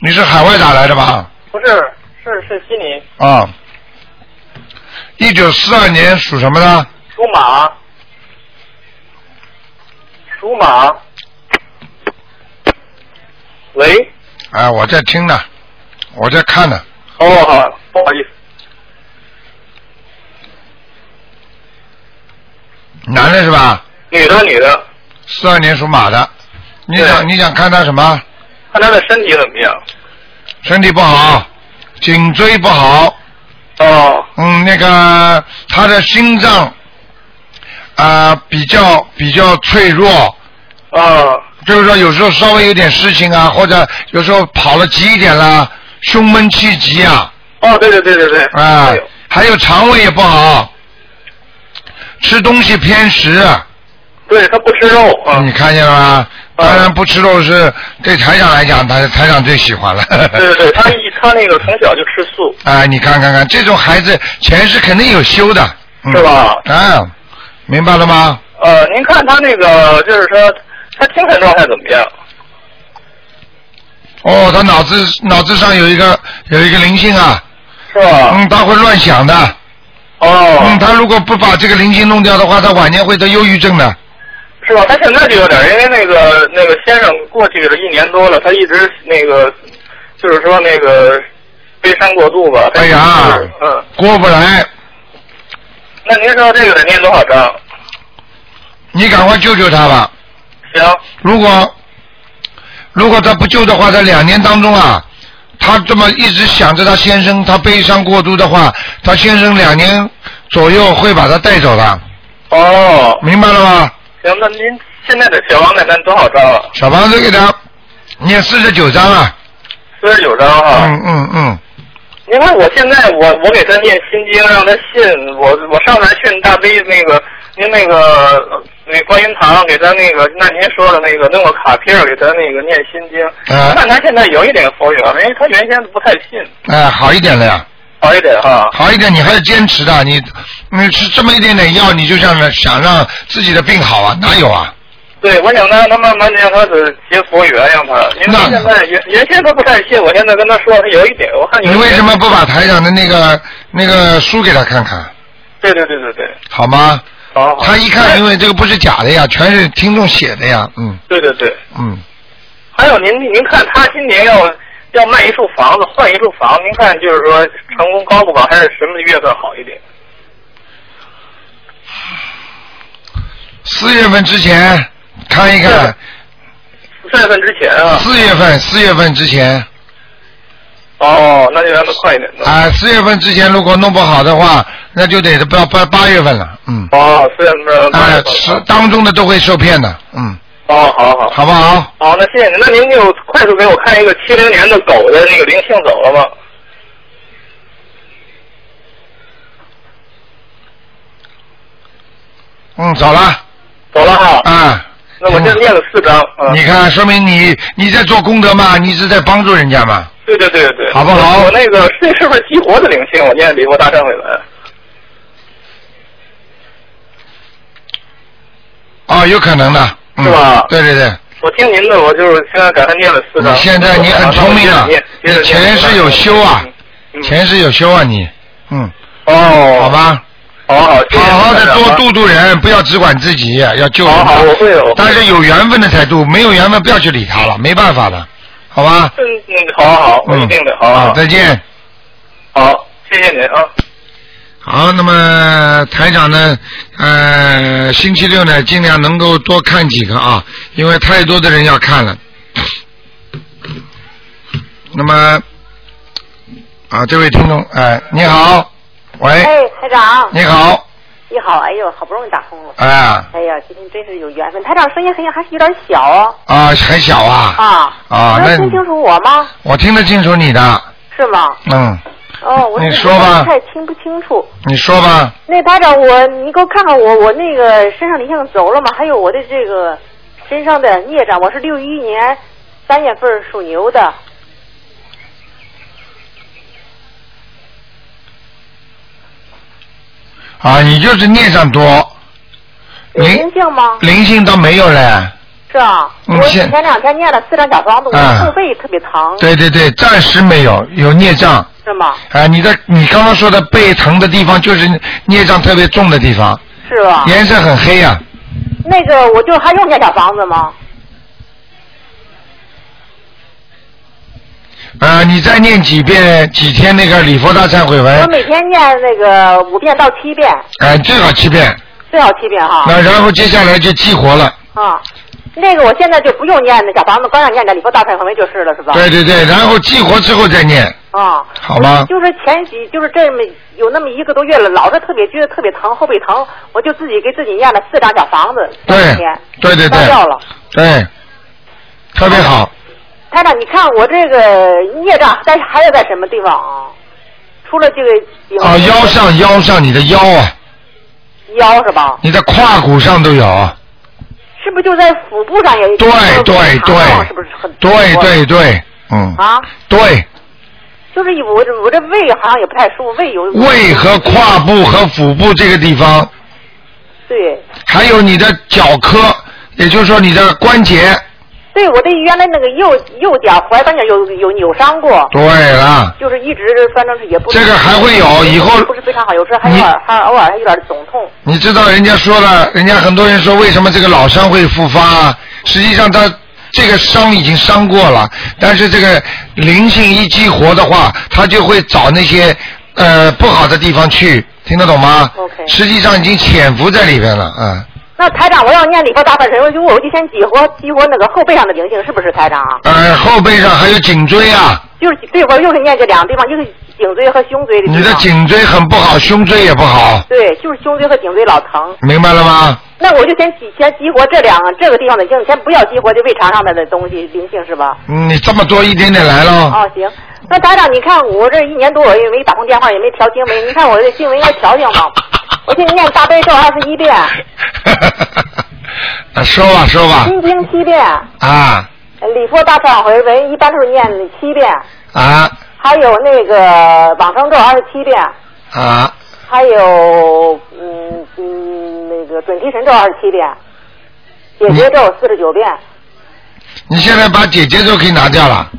Speaker 1: 你是海外打来的吧？
Speaker 15: 不是，是是悉尼
Speaker 1: 啊，一九四二年属什么呢？
Speaker 15: 属马，属马。喂，
Speaker 1: 哎，我在听呢，我在看呢。
Speaker 15: 哦，好，不好意思，
Speaker 1: 男的是吧？
Speaker 15: 女的女的，
Speaker 1: 四二年属马的，你想你想看他什么？
Speaker 15: 看她的身体怎么样？
Speaker 1: 身体不好，颈椎不好。
Speaker 15: 哦。
Speaker 1: 嗯，那个他的心脏啊、比较比较脆弱。
Speaker 15: 啊。
Speaker 1: 就是说，有时候稍微有点事情啊，或者有时候跑了急一点啦，胸闷气急啊。
Speaker 15: 哦，对对对对对。
Speaker 1: 啊，还有肠胃也不好，吃东西偏食。
Speaker 15: 对他不吃肉
Speaker 1: 啊。你看见了吗？当然不吃肉是对台长来讲，台台长最喜欢了。
Speaker 15: 对对对，她一她那个从小就吃素，
Speaker 1: 啊，你看看看，这种孩子前世肯定有修的，嗯、
Speaker 15: 是吧？
Speaker 1: 啊，明白了吗？
Speaker 15: 呃，您看她那个就是说她精神状态怎么样？
Speaker 1: 哦，他脑子脑子上有一个有一个灵性啊。
Speaker 15: 是吧？
Speaker 1: 嗯，他会乱想的。
Speaker 15: 哦。
Speaker 1: 嗯，他如果不把这个灵性弄掉的话，他晚年会得忧郁症的。
Speaker 15: 是吧？他现在就有点儿，因为那个那个先生过去了一年多了，他一直那个就是说那个悲伤过度吧。哎呀，嗯，
Speaker 1: 过不来，
Speaker 15: 那您说这个得念多少章？
Speaker 1: 你赶快救救他吧。
Speaker 15: 行。
Speaker 1: 如果如果他不救的话，在两年当中啊，他这么一直想着他先生，他悲伤过度的话，他先生两年左右会把他带走的。
Speaker 15: 哦。
Speaker 1: 明白了吗？
Speaker 15: 行，那您现在的小王奶单多少章啊？
Speaker 1: 小房子给他念四十九章啊。
Speaker 15: 哦四十九章哈。
Speaker 1: 嗯嗯嗯，
Speaker 15: 您看我现在我我给他念心经，让他信我我上次还劝大悲那个您那个呃那观音堂给他那个，那您说的那个弄个卡片儿给他那个念心经，
Speaker 1: 啊
Speaker 15: 看他现在有一点佛缘，因为他原先不太信，
Speaker 1: 哎，好一点了呀。
Speaker 15: 好一点哈。
Speaker 1: 好一点，你还是坚持的，你你吃这么一点点药，你就想想让自己的病好啊？哪有啊？
Speaker 15: 对，我想他让他慢慢的让他的结佛缘，让他，因为他现在原原先他不太信，我现在跟他说他有一点，我看
Speaker 1: 你
Speaker 15: 有一点
Speaker 1: 为什么不把台长的那个那个书给他看看，
Speaker 15: 对对对对对，
Speaker 1: 好吗？
Speaker 15: 好好
Speaker 1: 他一看，因为这个不是假的呀，全是听众写的呀，嗯
Speaker 15: 对对对。
Speaker 1: 嗯。
Speaker 15: 还有您，您看他今年要要卖一处房子，换一处房，您看就是说成功高不高，还是什么月份好一点？
Speaker 1: 四月份之前看一看，
Speaker 15: 三月份之前啊。
Speaker 1: 四月份四月份之前
Speaker 15: 哦，那就让他快一点。
Speaker 1: 啊，四、月份之前如果弄不好的话，那就得到八八月份了，嗯。
Speaker 15: 哦，四月份之前。
Speaker 1: 啊，是当中的都会受骗的，嗯，
Speaker 15: 哦，好好。
Speaker 1: 好不好？
Speaker 15: 好，那谢谢您。那您就快速给我看一个七零年的狗的那个灵性走了吗？
Speaker 1: 嗯，走了，
Speaker 15: 走了哈。
Speaker 1: 啊。
Speaker 15: 那我就念了四张。嗯、
Speaker 1: 你看，说明你你在做功德嘛，你一直在帮助人家嘛，
Speaker 15: 对对对对。
Speaker 1: 好不好
Speaker 15: 我那个是是不是激活的灵性？我念礼佛大忏悔文。
Speaker 1: 哦，有可能的，嗯、
Speaker 15: 是吧
Speaker 1: 对对对，
Speaker 15: 我听您的，我就是现在给他念了四张。
Speaker 1: 你现在你很聪明啊
Speaker 15: 我念，
Speaker 1: 你前世有修。啊，前世有修啊你，嗯。
Speaker 15: 嗯哦。
Speaker 1: 好吧。
Speaker 15: 好好
Speaker 1: 好好的多度度人，不要只管自己，要救人。
Speaker 15: 好好我会的我会的
Speaker 1: 但是有缘分的才度，没有缘分不要去理他了，没办法的，好吧？
Speaker 15: 嗯嗯，好好好，我一定的，好好。
Speaker 1: 再见。
Speaker 15: 好，谢谢您啊。
Speaker 1: 好，那么台长呢，呃，星期六呢，尽量能够多看几个啊，因为太多的人要看了。 那么，啊，这位听众，哎、你好，喂，
Speaker 6: 哎，台长。
Speaker 1: 你好。
Speaker 6: 你好，哎呦，好不容易打通了。
Speaker 1: 啊
Speaker 6: 哎呀，今天真是有缘分。台长声音好像还是有点小哦。
Speaker 1: 啊，还小啊，
Speaker 6: 啊。
Speaker 1: 啊
Speaker 6: 能
Speaker 1: 那
Speaker 6: 听清楚我吗？
Speaker 1: 我听得清楚你的，
Speaker 6: 是吗？
Speaker 1: 嗯，
Speaker 6: 哦，我
Speaker 1: 你
Speaker 6: 这
Speaker 1: 说
Speaker 6: 不
Speaker 1: 吧
Speaker 6: 太听不清楚。
Speaker 1: 你说吧，
Speaker 6: 那台长，我你给我看看我我那个身上灵性走了吗？还有我的这个身上的孽障，我是六一年三月份属牛的。
Speaker 1: 啊，你就是孽障多，
Speaker 6: 有
Speaker 1: 灵
Speaker 6: 灵性吗？
Speaker 1: 哎灵性倒没有嘞，
Speaker 6: 是啊，
Speaker 1: 嗯
Speaker 6: 我
Speaker 1: 现
Speaker 6: 前两天念了四张小房子，我
Speaker 1: 啊
Speaker 6: 后背特别疼。
Speaker 1: 对对对，暂时没有，有孽障。
Speaker 6: 是吗？
Speaker 1: 啊，你的你刚刚说的背疼的地方就是孽障特别重的地方，
Speaker 6: 是吧？
Speaker 1: 颜色很黑啊呀、
Speaker 6: 那个，我就还用念小房子吗？
Speaker 1: 啊。你再念几遍几天那个礼佛大忏悔文
Speaker 6: 我，每天念那个五遍到七遍，
Speaker 1: 啊，最好七遍。
Speaker 6: 最好七遍哈。
Speaker 1: 那然后接下来就激活了，
Speaker 6: 啊，那个我现在就不用念那小房子，光让念的礼佛大忏悔文就是了，是吧？
Speaker 1: 对对对，然后激活之后再念，
Speaker 6: 啊，
Speaker 1: 好吗？
Speaker 6: 就是前几，就是这么有那么一个多月了，老是特别觉得特别疼，后背疼，我就自己给自己念了四张小房子，
Speaker 1: 对
Speaker 6: 前几天
Speaker 1: 对对
Speaker 6: 烧
Speaker 1: 对
Speaker 6: 掉了。
Speaker 1: 对，特别好。
Speaker 6: 台长，你看我这个孽障在还有在什么地方啊？除了这个以外
Speaker 1: 啊，腰上腰上你的腰啊，
Speaker 6: 腰是吧？
Speaker 1: 你的胯骨上都有啊，
Speaker 6: 是不是就在腹部上也？
Speaker 1: 对对对
Speaker 6: 是不是很多
Speaker 1: 对对对，嗯，
Speaker 6: 啊？
Speaker 1: 对，
Speaker 6: 就是有我这我这胃好像也不太舒服，胃有
Speaker 1: 胃和胯部和腹部这个地方，
Speaker 6: 对
Speaker 1: 还有你的脚科，也就是说你的关节。
Speaker 6: 对，我这原来那个右右脚踝关节有有扭伤过，
Speaker 1: 对了，
Speaker 6: 就是一直反正是也不
Speaker 1: 这个还会有以后
Speaker 6: 不是非常好，有时候还偶尔还偶尔还有点肿痛。
Speaker 1: 你知道人家说了，人家很多人说为什么这个老伤会复发啊？实际上他这个伤已经伤过了，但是这个灵性一激活的话，他就会找那些呃不好的地方去，听得懂吗
Speaker 6: OK
Speaker 1: 实际上已经潜伏在里边了，嗯。
Speaker 6: 那台长，我要念礼佛大忏悔文，我就先激活激活那个后背上的灵性，是不是台长啊？
Speaker 1: 呃，后背上还有颈椎啊，
Speaker 6: 就是对，我又是念这两个地方，一个颈椎和胸椎的
Speaker 1: 你
Speaker 6: 地方。
Speaker 1: 的颈椎很不好，胸椎也不好，
Speaker 6: 对，就是胸椎和颈椎老疼。
Speaker 1: 明白了吗？
Speaker 6: 那我就先激先激活这两个这个地方的灵性，先不要激活这胃肠上面的东西灵性是吧？
Speaker 1: 嗯你这么多一点点来了。
Speaker 6: 哦，行，那台长，你看我这一年多我也没打通电话，也没调经文，你看我这经文应该调调吗？我就念大悲咒二十一遍，
Speaker 1: 啊，说吧说吧，
Speaker 6: 心经七遍，
Speaker 1: 啊
Speaker 6: 礼佛大忏悔文一般都是念七遍，
Speaker 1: 啊
Speaker 6: 还有那个往生咒二十七遍，
Speaker 1: 啊，
Speaker 6: 还有嗯嗯那个准提神咒二十七遍，解结咒四十九遍，
Speaker 1: 你现在把姐姐咒给拿掉了，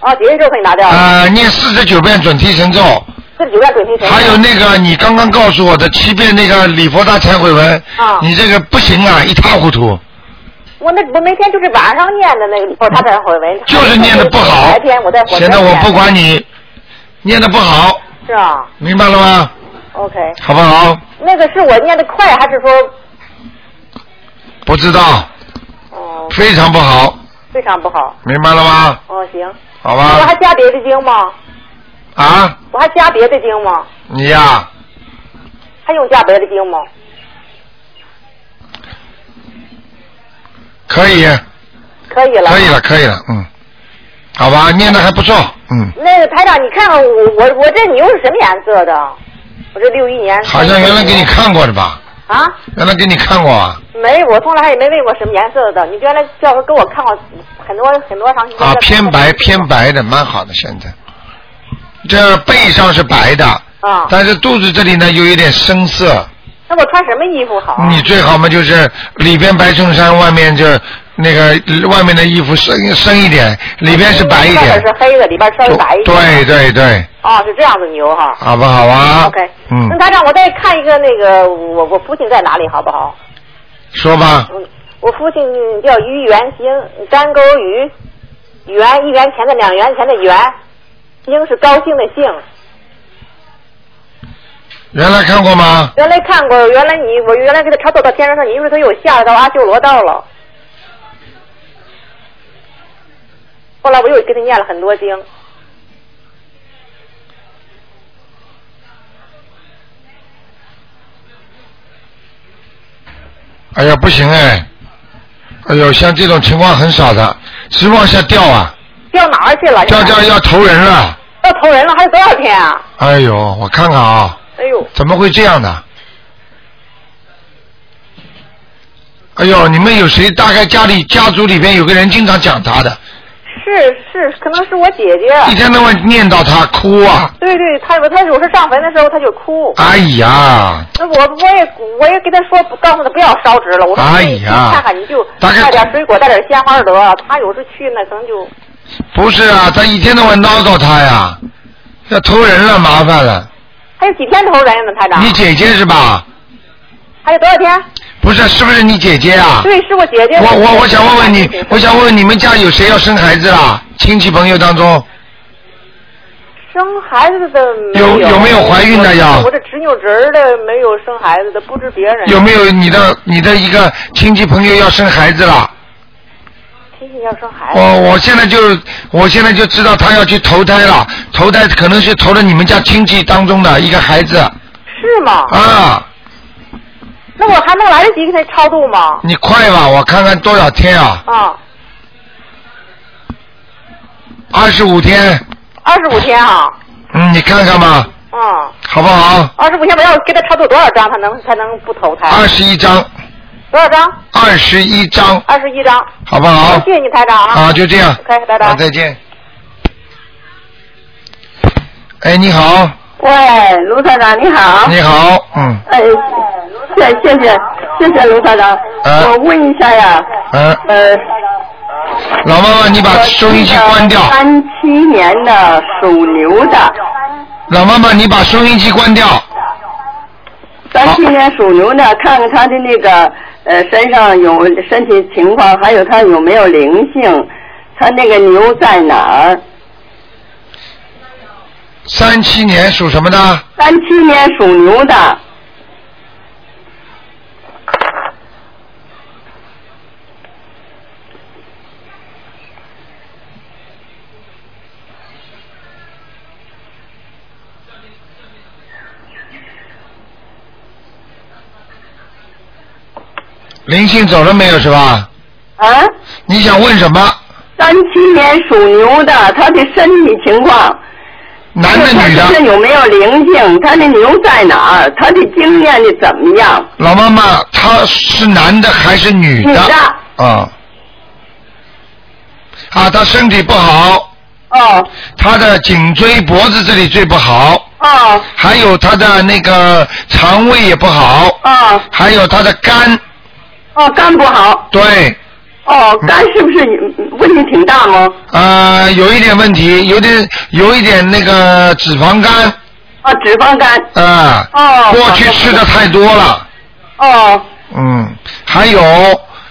Speaker 6: 啊，解结咒可以拿掉了，
Speaker 1: 啊，念四十九遍准提神咒，
Speaker 6: 四十九遍准提神咒，
Speaker 1: 还有那个你刚刚告诉我的七遍那个礼佛大忏悔文，
Speaker 6: 啊
Speaker 1: 你这个不行啊，一塌糊涂。
Speaker 6: 我那我每天就是晚上念的那个礼哦佛大忏悔文，
Speaker 1: 就是念的不好
Speaker 6: 白天我在火车
Speaker 1: 现在我
Speaker 6: 念
Speaker 1: 不管你，念的不好，
Speaker 6: 是啊
Speaker 1: 明白了吗？
Speaker 6: ，OK，
Speaker 1: 好不好？
Speaker 6: 那个是我念的快还是说
Speaker 1: 不知道，
Speaker 6: 哦
Speaker 1: 非常不好，
Speaker 6: 非常不好？
Speaker 1: 明白了吗？
Speaker 6: 哦，行，
Speaker 1: 好
Speaker 6: 我
Speaker 1: 吧
Speaker 6: 还，加别的经吗？
Speaker 1: 啊，
Speaker 6: 我还加别的经吗？
Speaker 1: 你呀、
Speaker 6: 还用加别的经吗？
Speaker 1: 可以，
Speaker 6: 可以了，
Speaker 1: 可以了，可以了，嗯，好吧，念的还不错，嗯，
Speaker 6: 那个台长，你看看我我我这牛是什么颜色的？我这六一年
Speaker 1: 好像原来给你看过的吧？
Speaker 6: 啊，
Speaker 1: 原来给你看过啊？
Speaker 6: 没，我从来也没问过什么颜色的。你原来叫给我看过很多很多长时间
Speaker 1: 啊
Speaker 6: 的，
Speaker 1: 偏白偏白的，蛮好的，现在。这背上是白的，
Speaker 6: 啊。
Speaker 1: 但是肚子这里呢有一点深色。
Speaker 6: 那我穿什么衣服好？
Speaker 1: 你最好嘛就是里边白衬衫，外面就那个外面的衣服深深一点，里边是白一
Speaker 6: 外
Speaker 1: 点
Speaker 6: 边。是黑的，里边稍微白一点。
Speaker 1: 对。对对，
Speaker 6: 哦，是这样子牛哈。
Speaker 1: 好不好啊？
Speaker 6: OK。
Speaker 1: 嗯
Speaker 6: 那台长，我再看一个那个我我父亲在哪里好不好？
Speaker 1: 说吧，
Speaker 6: 我父亲叫于元兴，干沟于，元一元钱的两元钱的元，兴是高兴的兴。
Speaker 1: 原来看过吗？
Speaker 6: 原来看过，原来你我原来给他超度到天上上，你因为他又下到阿修罗道了。后来我又给他念了很多经，
Speaker 1: 哎呀，不行哎，哎呦，像这种情况很少的，直往下掉啊，
Speaker 6: 掉哪儿去了？
Speaker 1: 掉掉要投人了。
Speaker 6: 要投人了，还有多少天啊？
Speaker 1: 哎呦，我看看啊，
Speaker 6: 哎呦，
Speaker 1: 怎么会这样的？哎呦，你们有谁大概家里家族里边有个人经常讲他 的，
Speaker 6: 是是，可能是我姐姐。
Speaker 1: 一天到晚念叨他哭啊，
Speaker 6: 对对，他我他有时候上坟的时候他就哭。
Speaker 1: 哎呀，
Speaker 6: 那我我也我也跟他说，不告诉他不要烧纸了。我说
Speaker 1: 哎呀
Speaker 6: 你去看看你就
Speaker 1: 大概
Speaker 6: 带点水果，带点鲜花得了。他有时去那可能就
Speaker 1: 不是啊，他一天到晚唠叨他呀，要投人了，麻烦了。
Speaker 6: 还有几天投人呢，台长。
Speaker 1: 你姐姐是吧？
Speaker 6: 还有多少天？
Speaker 1: 不是，是不是你姐姐啊？
Speaker 6: 对，是我姐姐。
Speaker 1: 我我我想问问你，我想问问你们家有谁要生孩子啦？亲戚朋友当中
Speaker 6: 生孩子的没
Speaker 1: 有有没有怀孕的呀
Speaker 6: 我这侄女侄儿的没有生孩子的，不知别人
Speaker 1: 有没有你
Speaker 6: 嗯
Speaker 1: 的你的一个亲戚朋友要生孩子啦？
Speaker 6: 亲戚要生孩子。
Speaker 1: 我我现在就我现在就知道他要去投胎了，投胎可能是投了你们家亲戚当中的一个孩子
Speaker 6: 是吗？
Speaker 1: 啊，
Speaker 6: 那我还能来得及给他超度吗？
Speaker 1: 你快吧，我看看多少天啊？
Speaker 6: 啊，
Speaker 1: 二十五天，
Speaker 6: 二十五天啊，
Speaker 1: 嗯，你看看吧，
Speaker 6: 嗯，
Speaker 1: 好不好？
Speaker 6: 二十五天我要给他超度多少张，他能才能不投胎？
Speaker 1: 二十一张，
Speaker 6: 多少张？
Speaker 1: 二十一张，
Speaker 6: 二十一张。
Speaker 1: 好不好
Speaker 6: 谢谢你台长啊。
Speaker 1: 啊就这样
Speaker 6: OK，拜拜。
Speaker 1: 好，再见。哎，你好，
Speaker 2: 喂，卢台长你好。
Speaker 1: 你。好，嗯，
Speaker 2: 哎，谢谢谢谢谢卢台长。
Speaker 1: 呃
Speaker 2: 我问一下呀，
Speaker 1: 嗯，
Speaker 2: 呃，
Speaker 1: 老妈妈，你把
Speaker 6: 呃
Speaker 1: 收音机关掉。
Speaker 2: 三七年的属牛的，
Speaker 1: 老妈妈，你把收音机关掉。
Speaker 2: 三七年属牛的，看看他的那个呃身上有身体情况，还有他有没有灵性，他那个牛在哪儿？
Speaker 1: 三七年属什么的？
Speaker 2: 三七年属牛的，
Speaker 1: 灵性走了没有是吧？
Speaker 2: 啊？
Speaker 1: 你想问什么？
Speaker 2: 三七年属牛的，他的身体情况，
Speaker 1: 男的
Speaker 2: 他
Speaker 1: 女的？
Speaker 2: 身上有没有灵性？他的牛在哪儿？他的经验的怎么样？
Speaker 1: 老妈妈，他是男的还是女的？
Speaker 2: 女的
Speaker 1: 啊、啊，他身体不好。
Speaker 2: 哦。
Speaker 1: 他的颈椎、脖子这里最不好。
Speaker 2: 哦。
Speaker 1: 还有他的那个肠胃也不好。
Speaker 2: 哦。
Speaker 1: 还有他的肝。
Speaker 2: 哦，肝不好。
Speaker 1: 对。嗯
Speaker 2: 哦，肝是不是你问题挺大哦吗？
Speaker 1: 呃，有一点问题，有点有一点那个脂肪肝。
Speaker 2: 啊，脂肪肝。
Speaker 1: 啊、
Speaker 2: 哦
Speaker 1: 过去吃的太多了。
Speaker 2: 哦。
Speaker 1: 嗯，还有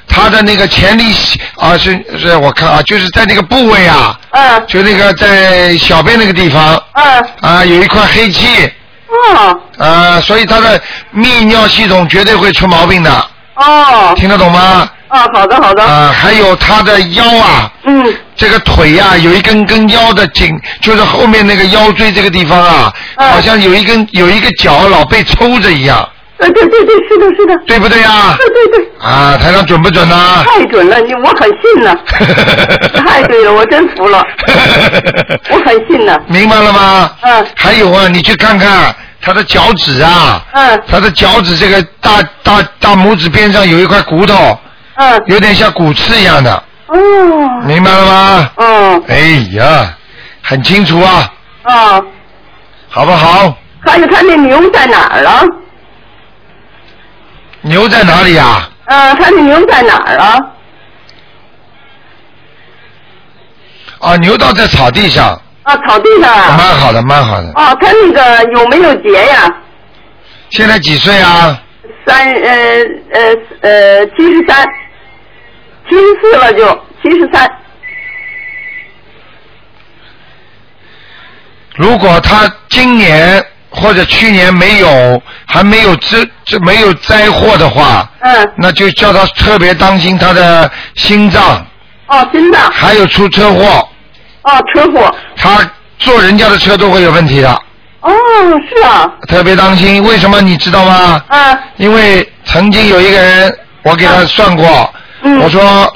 Speaker 1: 他的那个前列腺啊，是是，我看啊，就是在那个部位啊。
Speaker 2: 嗯。
Speaker 1: 就那个在小便那个地方。
Speaker 2: 嗯。
Speaker 1: 啊，有一块黑气。
Speaker 2: 哦。
Speaker 1: 啊，所以他的泌尿系统绝对会出毛病的。
Speaker 2: 哦。
Speaker 1: 听得懂吗？
Speaker 2: 啊，好的，好的。
Speaker 1: 啊，还有他的腰啊。
Speaker 2: 嗯。
Speaker 1: 这个腿呀、有一根跟腰的颈，就是后面那个腰椎这个地方啊，
Speaker 2: 嗯
Speaker 1: 好像有一根有一个角老被抽着一样。
Speaker 2: 对呃对对对，是的，是的。
Speaker 1: 对不对呀
Speaker 2: 对对
Speaker 1: 啊，
Speaker 2: 啊对，
Speaker 1: 台上准不准呢、
Speaker 2: 太准了，你我很信 呢。太对了，我真服了，我很信呢。
Speaker 1: 明白了吗？
Speaker 2: 嗯。
Speaker 1: 还有啊，你去看看他的脚趾啊。
Speaker 2: 嗯。
Speaker 1: 他的脚趾这个大大大拇指边上有一块骨头。
Speaker 2: 嗯。
Speaker 1: 有点像骨刺一样的，
Speaker 2: 哦。
Speaker 1: 明白了吗？
Speaker 2: 嗯。
Speaker 1: 哎呀，很清楚啊，
Speaker 2: 啊，
Speaker 1: 好不好？
Speaker 2: 还有他那牛在哪儿啊？
Speaker 1: 牛在哪里啊？
Speaker 2: 啊，他那牛在哪儿啊？
Speaker 1: 啊，牛倒在草地上，
Speaker 2: 啊，草地上
Speaker 1: 蛮
Speaker 2: 啊。
Speaker 1: 好的，蛮好的。
Speaker 2: 哦，他那个有没有结呀？
Speaker 1: 现在几岁啊？
Speaker 2: 三呃呃呃七十三，七十四了就七十三。
Speaker 1: 如果他今年或者去年没有还没有这这没有灾祸的话，
Speaker 2: 嗯，
Speaker 1: 那就叫他特别当心他的心脏，
Speaker 2: 哦，心脏。
Speaker 1: 还有出车祸，
Speaker 2: 哦，车祸。
Speaker 1: 他坐人家的车都会有问题的，
Speaker 2: 哦，是啊。
Speaker 1: 特别当心。为什么你知道吗？
Speaker 2: 啊。
Speaker 1: 因为曾经有一个人，我给他算过，我说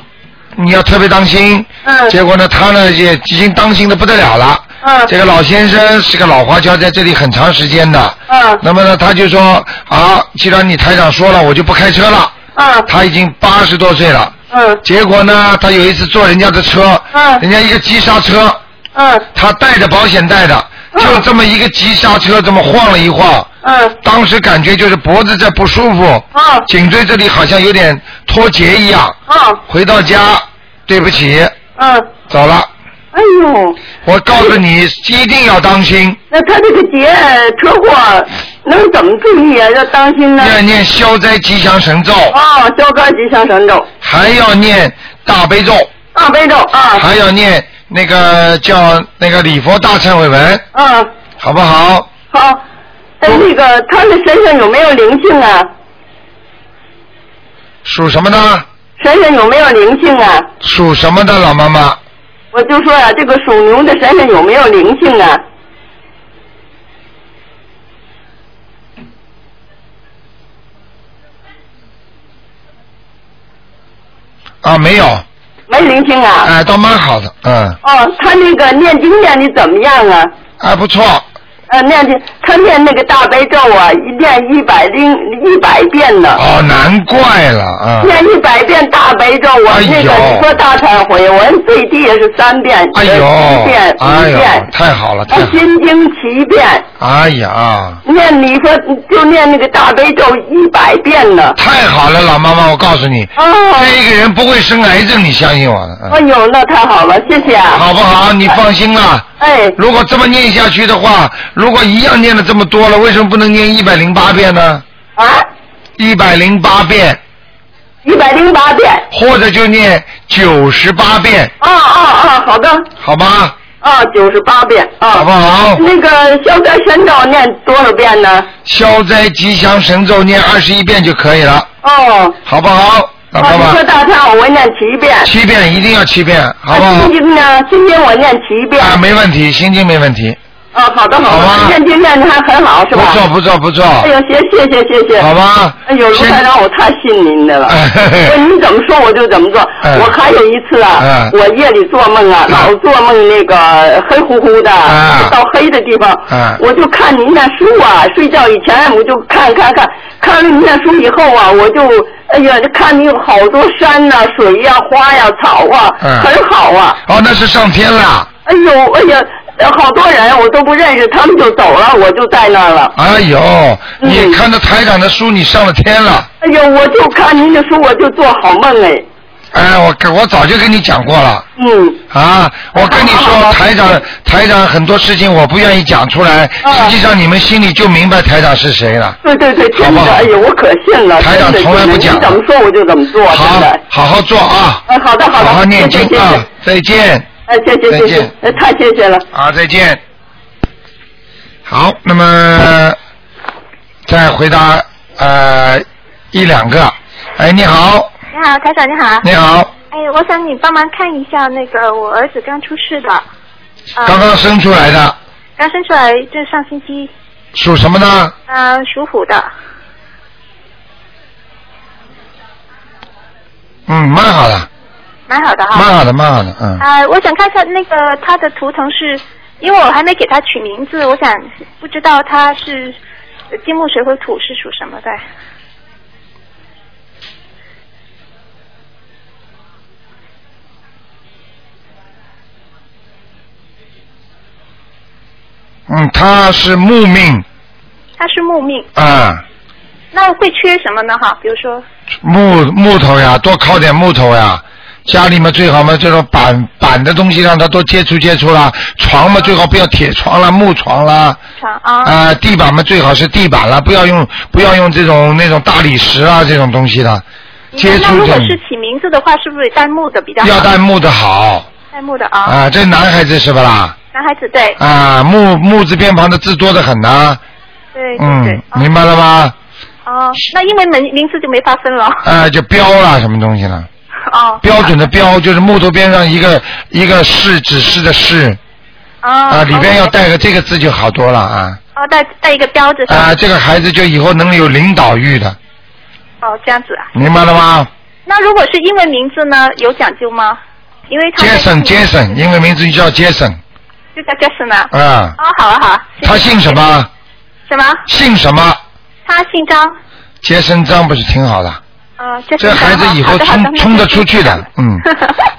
Speaker 1: 你要特别当心，
Speaker 2: 嗯
Speaker 1: 结果呢，他呢也已经当心的不得了了。
Speaker 2: 嗯
Speaker 1: 这个老先生是个老华侨，在这里很长时间的。
Speaker 2: 嗯
Speaker 1: 那么呢，他就说啊，既然你台长说了，我就不开车了。
Speaker 2: 嗯。
Speaker 1: 他已经八十多岁了。
Speaker 2: 嗯。
Speaker 1: 结果呢，他有一次坐人家的车，
Speaker 2: 嗯
Speaker 1: 人家一个急刹车，
Speaker 2: 嗯，
Speaker 1: 他带着保险带的，就这么一个急刹车，这么晃了一晃，
Speaker 2: 嗯，
Speaker 1: 当时感觉就是脖子这不舒服，
Speaker 2: 嗯
Speaker 1: 颈椎这里好像有点脱节一样。
Speaker 2: 嗯
Speaker 1: 回到家，对不起，
Speaker 2: 嗯，
Speaker 1: 走了。
Speaker 2: 哎呦，
Speaker 1: 我告诉你，一定要当心，
Speaker 2: 那他这个劫车祸能怎么注意啊？要当心呢。
Speaker 1: 要念消灾吉祥神咒，
Speaker 2: 哦，消灾吉祥神咒，
Speaker 1: 还要念大悲咒，
Speaker 2: 大悲咒啊，
Speaker 1: 还要念那个叫那个礼佛大忏悔文，
Speaker 2: 嗯，
Speaker 1: 好不好？
Speaker 2: 好。哎，那个他的身上有没有灵性啊？
Speaker 1: 属什么的？
Speaker 2: 身上有没有灵性啊？
Speaker 1: 属什么的老妈妈？
Speaker 2: 我就说呀、这个属牛的身上有没有灵性啊？
Speaker 1: 啊，没有，
Speaker 2: 没灵性啊？
Speaker 1: 哎，倒蛮好的，嗯，
Speaker 2: 哦，他那个念经念的怎么样啊？
Speaker 1: 还不错，
Speaker 2: 呃，念经，他念那个大悲咒啊，一念一百零一百遍呢。
Speaker 1: 哦，难怪了啊。
Speaker 2: 念一百遍大悲咒，我
Speaker 1: 哎呦
Speaker 2: 那个你说大忏悔，我最低也是三遍，
Speaker 1: 哎
Speaker 2: 呃
Speaker 1: 呦
Speaker 2: 七遍，
Speaker 1: 哎
Speaker 2: 五
Speaker 1: 呦，
Speaker 2: 遍，
Speaker 1: 太好了，太
Speaker 2: 啊
Speaker 1: 好了，
Speaker 2: 心经七遍，
Speaker 1: 哎呀，
Speaker 2: 念你说就念那个大悲咒一百遍呢。
Speaker 1: 太好了，老妈妈，我告诉你，
Speaker 2: 哦，
Speaker 1: 哎这一个人不会生癌症，你相信我的，嗯
Speaker 2: 哎呦，那太好了，谢谢啊。
Speaker 1: 好不好？你放心啦。
Speaker 2: 哎，
Speaker 1: 如果这么念下去的话，如果一样念了这么多了，为什么不能念一百零八遍呢？
Speaker 2: 啊？
Speaker 1: 一百零八遍，
Speaker 2: 一百零八遍。
Speaker 1: 或者就念九十八遍，
Speaker 2: 啊啊啊，好的，
Speaker 1: 好吗？
Speaker 2: 啊，九十八遍啊。
Speaker 1: 好不好？
Speaker 2: 那个消灾神咒念多少遍呢？
Speaker 1: 消灾吉祥神咒念二十一遍就可以了，
Speaker 2: 哦，
Speaker 1: 好不好？老
Speaker 2: 啊，
Speaker 1: 爸
Speaker 2: 你
Speaker 1: 爸
Speaker 2: 说，大忏悔我念七遍。
Speaker 1: 七遍一定要七遍，好不
Speaker 2: 啊
Speaker 1: 好
Speaker 2: 心？经呢？心经我念七遍。
Speaker 1: 啊，没问题，心经没问题。
Speaker 2: 哦，好的好的，念经念的还很好是吧？
Speaker 1: 不错不错不错。
Speaker 2: 哎呦，谢谢谢谢谢。
Speaker 1: 好吧。
Speaker 2: 哎呦，卢台长，我太信您的了。哎，您怎么说我就怎么做。
Speaker 1: 哎
Speaker 2: 我还有一次啊
Speaker 1: 哎，
Speaker 2: 我夜里做梦啊，老做梦那个黑乎乎的，到黑的地方，
Speaker 1: 哎
Speaker 2: 我就看您那书啊，睡觉以前我就看看看，看了您那书以后啊，我就哎呀，就看你有好多山呐、水呀、花呀、草啊，
Speaker 1: 嗯
Speaker 2: 很好啊。
Speaker 1: 哦，那是上天了。
Speaker 2: 哎呦，哎呀，呃好多人我都不认识，他们就走了，我就在那儿了。
Speaker 1: 哎呦，你看着台长的书，你上了天了。
Speaker 2: 哎呦，我就看您的书，我就做好梦哎。
Speaker 1: 哎，我跟我早就跟你讲过了。
Speaker 2: 嗯。
Speaker 1: 啊，我跟你说，台长，台长很多事情我不愿意讲出来，实际上你们心里就明白台长是谁了。
Speaker 2: 对对对，真的，哎呦，我可信了。台长从来不讲，你怎么说我就怎么做，真的。
Speaker 1: 好好做啊，
Speaker 2: 哎，好的好
Speaker 1: 好
Speaker 2: 的，
Speaker 1: 好念经
Speaker 2: 谢谢谢
Speaker 1: 啊
Speaker 2: 谢，
Speaker 1: 再见。
Speaker 2: 哎，谢谢
Speaker 1: 再
Speaker 2: 谢
Speaker 1: 见
Speaker 2: 谢，哎太谢谢了。
Speaker 1: 好，啊再见。好，那么再回答呃一两个。哎，你好，
Speaker 16: 你好，台长，你好。
Speaker 1: 你好。
Speaker 16: 哎，我想你帮忙看一下那个我儿子刚出世的。呃
Speaker 1: 刚刚生出来。的，
Speaker 16: 刚生出来，就上星期，
Speaker 1: 属什么呢？
Speaker 16: 呃，属虎的。
Speaker 1: 嗯，蛮好的，
Speaker 16: 蛮好的哈、
Speaker 1: 蛮好的，蛮好的，嗯。
Speaker 16: 啊、我想看一下那个他的图腾是，因为我还没给他取名字，我想不知道他是呃金木水火土是属什么的。
Speaker 1: 嗯，他是木命
Speaker 16: 他是木命，
Speaker 1: 啊、
Speaker 16: 那会缺什么呢？哈，比如说，
Speaker 1: 木木头呀，多靠点木头呀。家里面最好嘛，这种板板的东西让他多接触接触啦。床嘛，最好不要铁床啦、木床啦。
Speaker 16: 床
Speaker 1: 啊。地板嘛，最好是地板啦，不要用不要用这种那种大理石啊这种东西的。接
Speaker 16: 嗯那
Speaker 1: 触
Speaker 16: 如
Speaker 1: 这
Speaker 16: 果
Speaker 1: 种
Speaker 16: 是起名字的话，是不是带木的比较好？
Speaker 1: 要带木的好
Speaker 16: 带木的啊。
Speaker 1: 啊，这男孩子是不啦？
Speaker 16: 男孩子对。
Speaker 1: 啊，木木字边旁的字多得很呐、
Speaker 16: 对对对啊
Speaker 1: 嗯。，明白了吗？
Speaker 16: 哦，那因为名名字就没法分了。
Speaker 1: 啊，就标啦，什么东西了？
Speaker 16: 哦
Speaker 1: 标准的标就是木头边上一个一个示指示的示
Speaker 16: 啊
Speaker 1: 啊，里边要带个这个字就好多了啊
Speaker 16: 哦，带带一个标志上。
Speaker 1: 啊，这个孩子就以后能有领导欲的，
Speaker 16: 哦，这样子啊。
Speaker 1: 明白了吗？
Speaker 16: 那如果是英文名字呢，有讲究吗？因为他
Speaker 1: 杰森，杰森，英文名字就叫杰森
Speaker 16: 就叫 Jason 啊。
Speaker 1: 啊。
Speaker 16: 哦，好啊好啊。谢谢
Speaker 1: 他姓什？么？
Speaker 16: 什么？
Speaker 1: 姓什么？
Speaker 16: 他姓张。
Speaker 1: 杰森张不是挺好的？
Speaker 16: 啊，Jason
Speaker 1: 这孩子以后
Speaker 16: 张啊好的好
Speaker 1: 冲
Speaker 16: 的
Speaker 1: 冲得出去的， 嗯，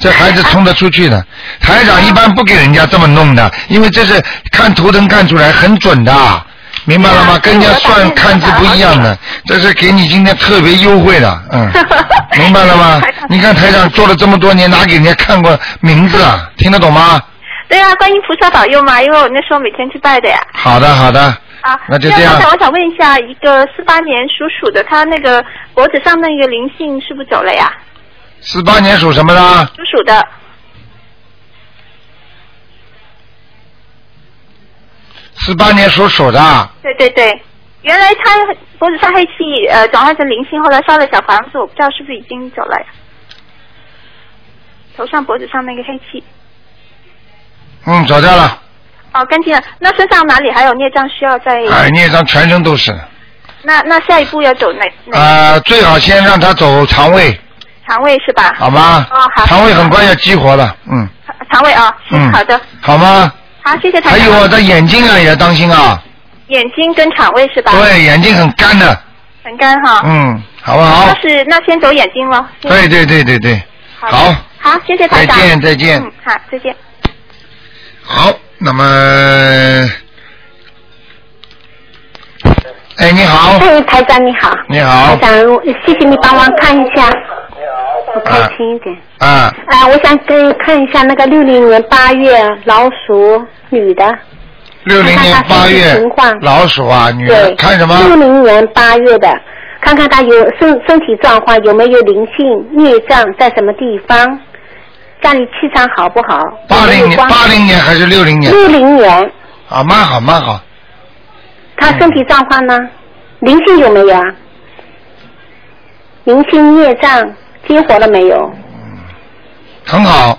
Speaker 1: 这孩子冲得出去的。台长一般不给人家这么弄的，因为这是看图腾看出来很准的，明白了
Speaker 16: 啊
Speaker 1: 吗？跟人家算看字不一样的，这是给你今天特别优惠的，嗯，明白了 吗？你看台长做了这么多年，哪给人家看过名字啊？听得懂吗？
Speaker 16: 对啊，观音菩萨保佑嘛，因为我那时候每天去拜的呀。
Speaker 1: 好的，好的，
Speaker 16: 啊，
Speaker 1: 那就这样
Speaker 16: 台长，我想问一下，一个四八年属鼠的，他那个脖子上那个灵性是不是走了呀？
Speaker 1: 四八年属什么的？
Speaker 16: 属鼠的，
Speaker 1: 四八年属鼠的，
Speaker 16: 对对对，原来他脖子上黑气呃转换成灵性，后来烧了小房子，我不知道是不是已经走了呀。头上脖子上那个黑气，
Speaker 1: 嗯，走掉了，
Speaker 16: 哦，干净了。那身上哪里还有孽障需要再？
Speaker 1: 哎，孽障全身都是，
Speaker 16: 那那下一步要走哪？
Speaker 1: 啊，最好先让他走肠胃。
Speaker 16: 肠胃是吧？
Speaker 1: 好吗？
Speaker 16: 哦，好。
Speaker 1: 肠胃很快要激活了，嗯，
Speaker 16: 肠胃啊，行，
Speaker 1: 嗯
Speaker 16: 好的，
Speaker 1: 好吗？
Speaker 16: 好，谢谢台
Speaker 1: 还
Speaker 16: 长。
Speaker 1: 有我的眼睛啊，也要当心啊，
Speaker 16: 眼睛跟肠胃是吧？
Speaker 1: 对，眼睛很干的，
Speaker 16: 很干哈。
Speaker 1: 嗯，好不好
Speaker 16: 那？是那先走眼睛了。先
Speaker 1: 对对对对对，好，
Speaker 16: 好，谢谢台长。
Speaker 1: 再见再见
Speaker 16: 嗯，好，再见。
Speaker 1: 好，那么，哎，你好，
Speaker 8: 哎，台长你好。
Speaker 1: 你好
Speaker 8: 台长，我谢谢你帮忙看一下。我开心一点。
Speaker 1: 啊，
Speaker 8: 啊，我想跟看一下那个六零年八月老鼠女的。
Speaker 1: 六零年八
Speaker 8: 看看她身体
Speaker 1: 月
Speaker 8: 情况，
Speaker 1: 老鼠啊，女
Speaker 8: 对
Speaker 1: 儿，看什
Speaker 8: 六
Speaker 1: 么？
Speaker 8: 零年八月的，看看她有身身体状况有没有灵性、孽障在什么地方，家里气场好不好？
Speaker 1: 八零年，八零年还是六零年？
Speaker 8: 六零年，
Speaker 1: 啊，蛮好蛮好，
Speaker 8: 她身体状况呢？灵性有没有啊？灵性孽障激活了没有？
Speaker 1: 很好。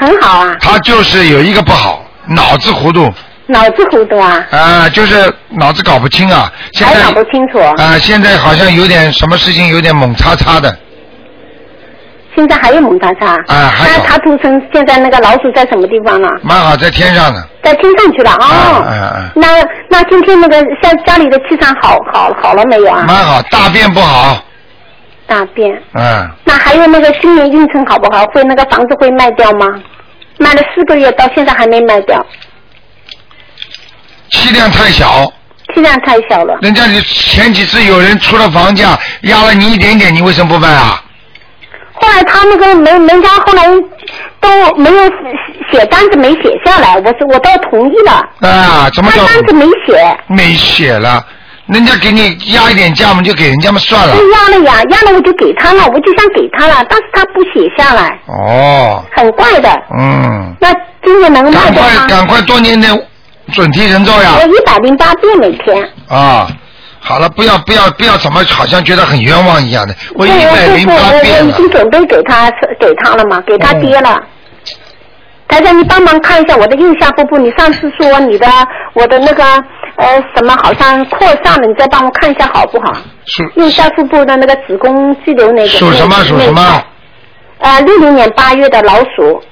Speaker 8: 很好啊。啊
Speaker 1: 他就是有一个不好，脑子糊涂，
Speaker 8: 脑子糊涂啊，
Speaker 1: 啊，就是脑子搞不清啊，现
Speaker 8: 还
Speaker 1: 在
Speaker 8: 搞不清楚。
Speaker 1: 啊，现在好像有点什么事情有点猛叉叉的，
Speaker 8: 现在还有蒙查查。
Speaker 1: 啊，还
Speaker 8: 那他图腾现在那个老鼠在什么地方呢？啊
Speaker 1: 蛮好，在天上呢，
Speaker 8: 在天上去了哦。
Speaker 1: 啊啊，
Speaker 8: 那那今天那个像家里的气场好好好了没有啊？
Speaker 1: 蛮好，大便不好，
Speaker 8: 大便。
Speaker 1: 嗯，
Speaker 8: 那还有那个新年运程好不好？会那个房子会卖掉吗？卖了四个月，到现在还没卖掉，
Speaker 1: 气量太小，
Speaker 8: 气量太小了。
Speaker 1: 人家你前几次有人出了房价压了你一点点，你为什么不卖啊？
Speaker 8: 后来他那个没人家后来都没有写单子没写下来，我是我倒同意了，
Speaker 1: 啊，怎么叫
Speaker 8: 单子没写，
Speaker 1: 没血了？人家给你压一点价嘛，就给人家嘛算了
Speaker 8: 就。要了哎呀，要了我就给他了，我就想给他了，但是他不写下来，
Speaker 1: 哦，
Speaker 8: 很怪的。
Speaker 1: 嗯，
Speaker 8: 那今年能卖
Speaker 1: 赶
Speaker 8: 掉
Speaker 1: 快
Speaker 8: 吗？
Speaker 1: 赶快多念点准提神咒呀！
Speaker 8: 我一百零八遍每天。
Speaker 1: 啊，好了，不要不要不要，怎么好像觉得很冤枉一样的？我一
Speaker 8: 对
Speaker 1: 百
Speaker 8: 我
Speaker 1: 零八
Speaker 8: 我我
Speaker 1: 遍
Speaker 8: 已
Speaker 1: 了，
Speaker 8: 经准备给他给他了嘛，给他爹了。
Speaker 1: 嗯
Speaker 8: 台长，你帮忙看一下我的右下腹部，你上次说你的我的那个呃什么好像扩散了，你再帮我看一下好不好？
Speaker 1: 属
Speaker 8: 右下腹部的那个子宫肌瘤那个。
Speaker 1: 属什么
Speaker 8: 那
Speaker 1: 属什？
Speaker 8: 那
Speaker 1: 么
Speaker 8: 一？块呃，六零年八月的老鼠，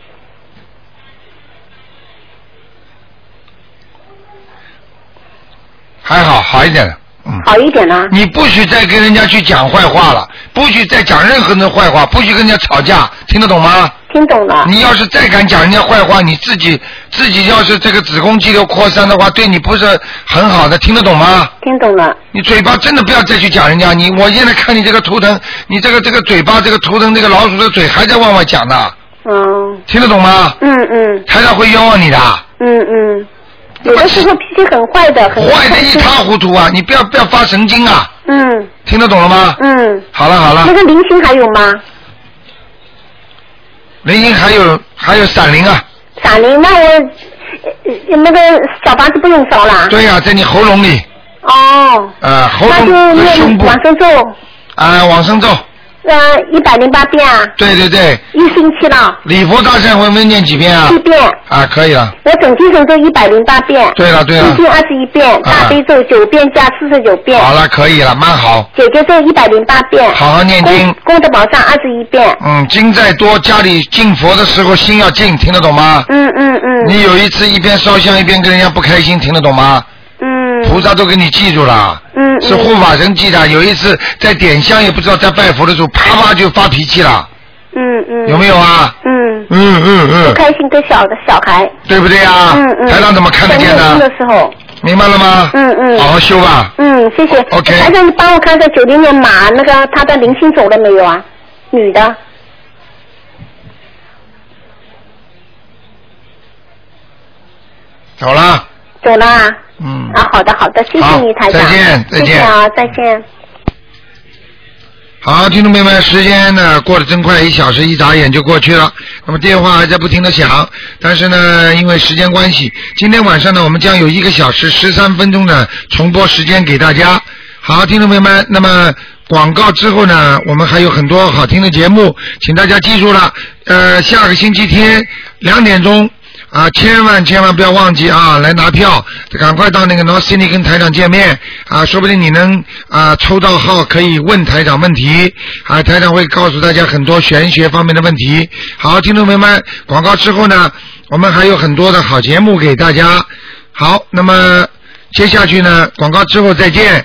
Speaker 1: 还好好一点了。嗯
Speaker 8: 好一点啊啦、
Speaker 1: 你不许再跟人家去讲坏话了，不许再讲任何人的坏话，不许跟人家吵架，听得懂吗？
Speaker 8: 听懂了。
Speaker 1: 你要是再敢讲人家坏话，你自己自己要是这个子宫肌瘤扩散的话，对你不是很好的，听得懂吗？
Speaker 8: 听懂了。
Speaker 1: 你嘴巴真的不要再去讲人家，你我现在看你这个图腾，你这个这个嘴巴这个图腾这个老鼠的嘴还在往外讲呢，
Speaker 8: 嗯
Speaker 1: 听得懂吗？
Speaker 8: 嗯嗯
Speaker 1: 台长会冤枉你的，
Speaker 8: 嗯嗯，有的时候脾气很坏的，很
Speaker 1: 坏的一塌糊涂啊！你不要不要发神经啊！
Speaker 8: 嗯
Speaker 1: 听得懂了吗？
Speaker 8: 嗯。
Speaker 1: 好了好了
Speaker 8: 那，个零星还有吗？
Speaker 1: 灵性还有还有闪灵啊，
Speaker 8: 闪灵，那我呃那个小房子不用烧啦。
Speaker 1: 对呀、在你喉咙里，
Speaker 8: 哦，
Speaker 1: 呃，喉
Speaker 8: 那就
Speaker 1: 咙和胸
Speaker 8: 念
Speaker 1: 部，
Speaker 8: 往生咒，
Speaker 1: 啊，往生咒，
Speaker 8: 呃，一百零八遍啊，
Speaker 1: 对对对，
Speaker 8: 一星期了，
Speaker 1: 礼佛大忏悔文念几遍啊
Speaker 8: 七？遍。
Speaker 1: 啊，可以了，
Speaker 8: 我总计神咒一百零八遍，
Speaker 1: 对了对了啊
Speaker 8: 心经二十一遍，大悲咒九遍加四十九遍，
Speaker 1: 好了，可以了，蛮好。
Speaker 8: 姐姐咒一百零八遍，
Speaker 1: 好好念经
Speaker 8: 功功德宝藏二十一遍，
Speaker 1: 嗯，经再多，家里敬佛的时候心要静，听得懂吗？
Speaker 8: 嗯嗯嗯，
Speaker 1: 你有一次一边烧香一边跟人家不开心，听得懂吗？
Speaker 8: 嗯。
Speaker 1: 菩萨都给你记住了。
Speaker 8: 嗯嗯
Speaker 1: 是护法神记的。有一次在点香也不知道在拜佛的时候，啪啪就发脾气了，
Speaker 8: 嗯嗯，
Speaker 1: 有没有啊？
Speaker 8: 嗯
Speaker 1: 嗯嗯
Speaker 8: 不
Speaker 1: 嗯，
Speaker 8: 开心跟小的小孩，
Speaker 1: 对不对啊？
Speaker 8: 嗯嗯，
Speaker 1: 台长怎么看得见
Speaker 8: 在念经
Speaker 1: 呢
Speaker 8: 的？时候，
Speaker 1: 明白了吗？
Speaker 8: 嗯嗯，
Speaker 1: 好好修吧。
Speaker 8: 嗯，谢谢。
Speaker 1: OK
Speaker 8: 台长，你帮我看看九零年马那个他的灵性走了没有啊？女的，
Speaker 1: 走了，
Speaker 8: 走了啊？
Speaker 1: 嗯。
Speaker 8: 啊，好的好的，谢
Speaker 1: 好
Speaker 8: 谢你台长，
Speaker 1: 再见再见
Speaker 8: 谢谢啊，再见。
Speaker 1: 好，听众朋友们，时间呢过得真快，一小时一眨眼就过去了。那么电话还在不停的响，但是呢，因为时间关系，今天晚上呢，我们将有一个小时十三分钟的重播时间给大家。好，听众朋友们，那么广告之后呢，我们还有很多好听的节目，请大家记住了。呃，下个星期天两点钟啊，千万千万不要忘记啊，来拿票，赶快到那个 North City 跟台长见面啊，说不定你能啊抽到号，可以问台长问题啊，台长会告诉大家很多玄学方面的问题。好，听众朋友们，广告之后呢，我们还有很多的好节目给大家。好，那么接下去呢，广告之后再见。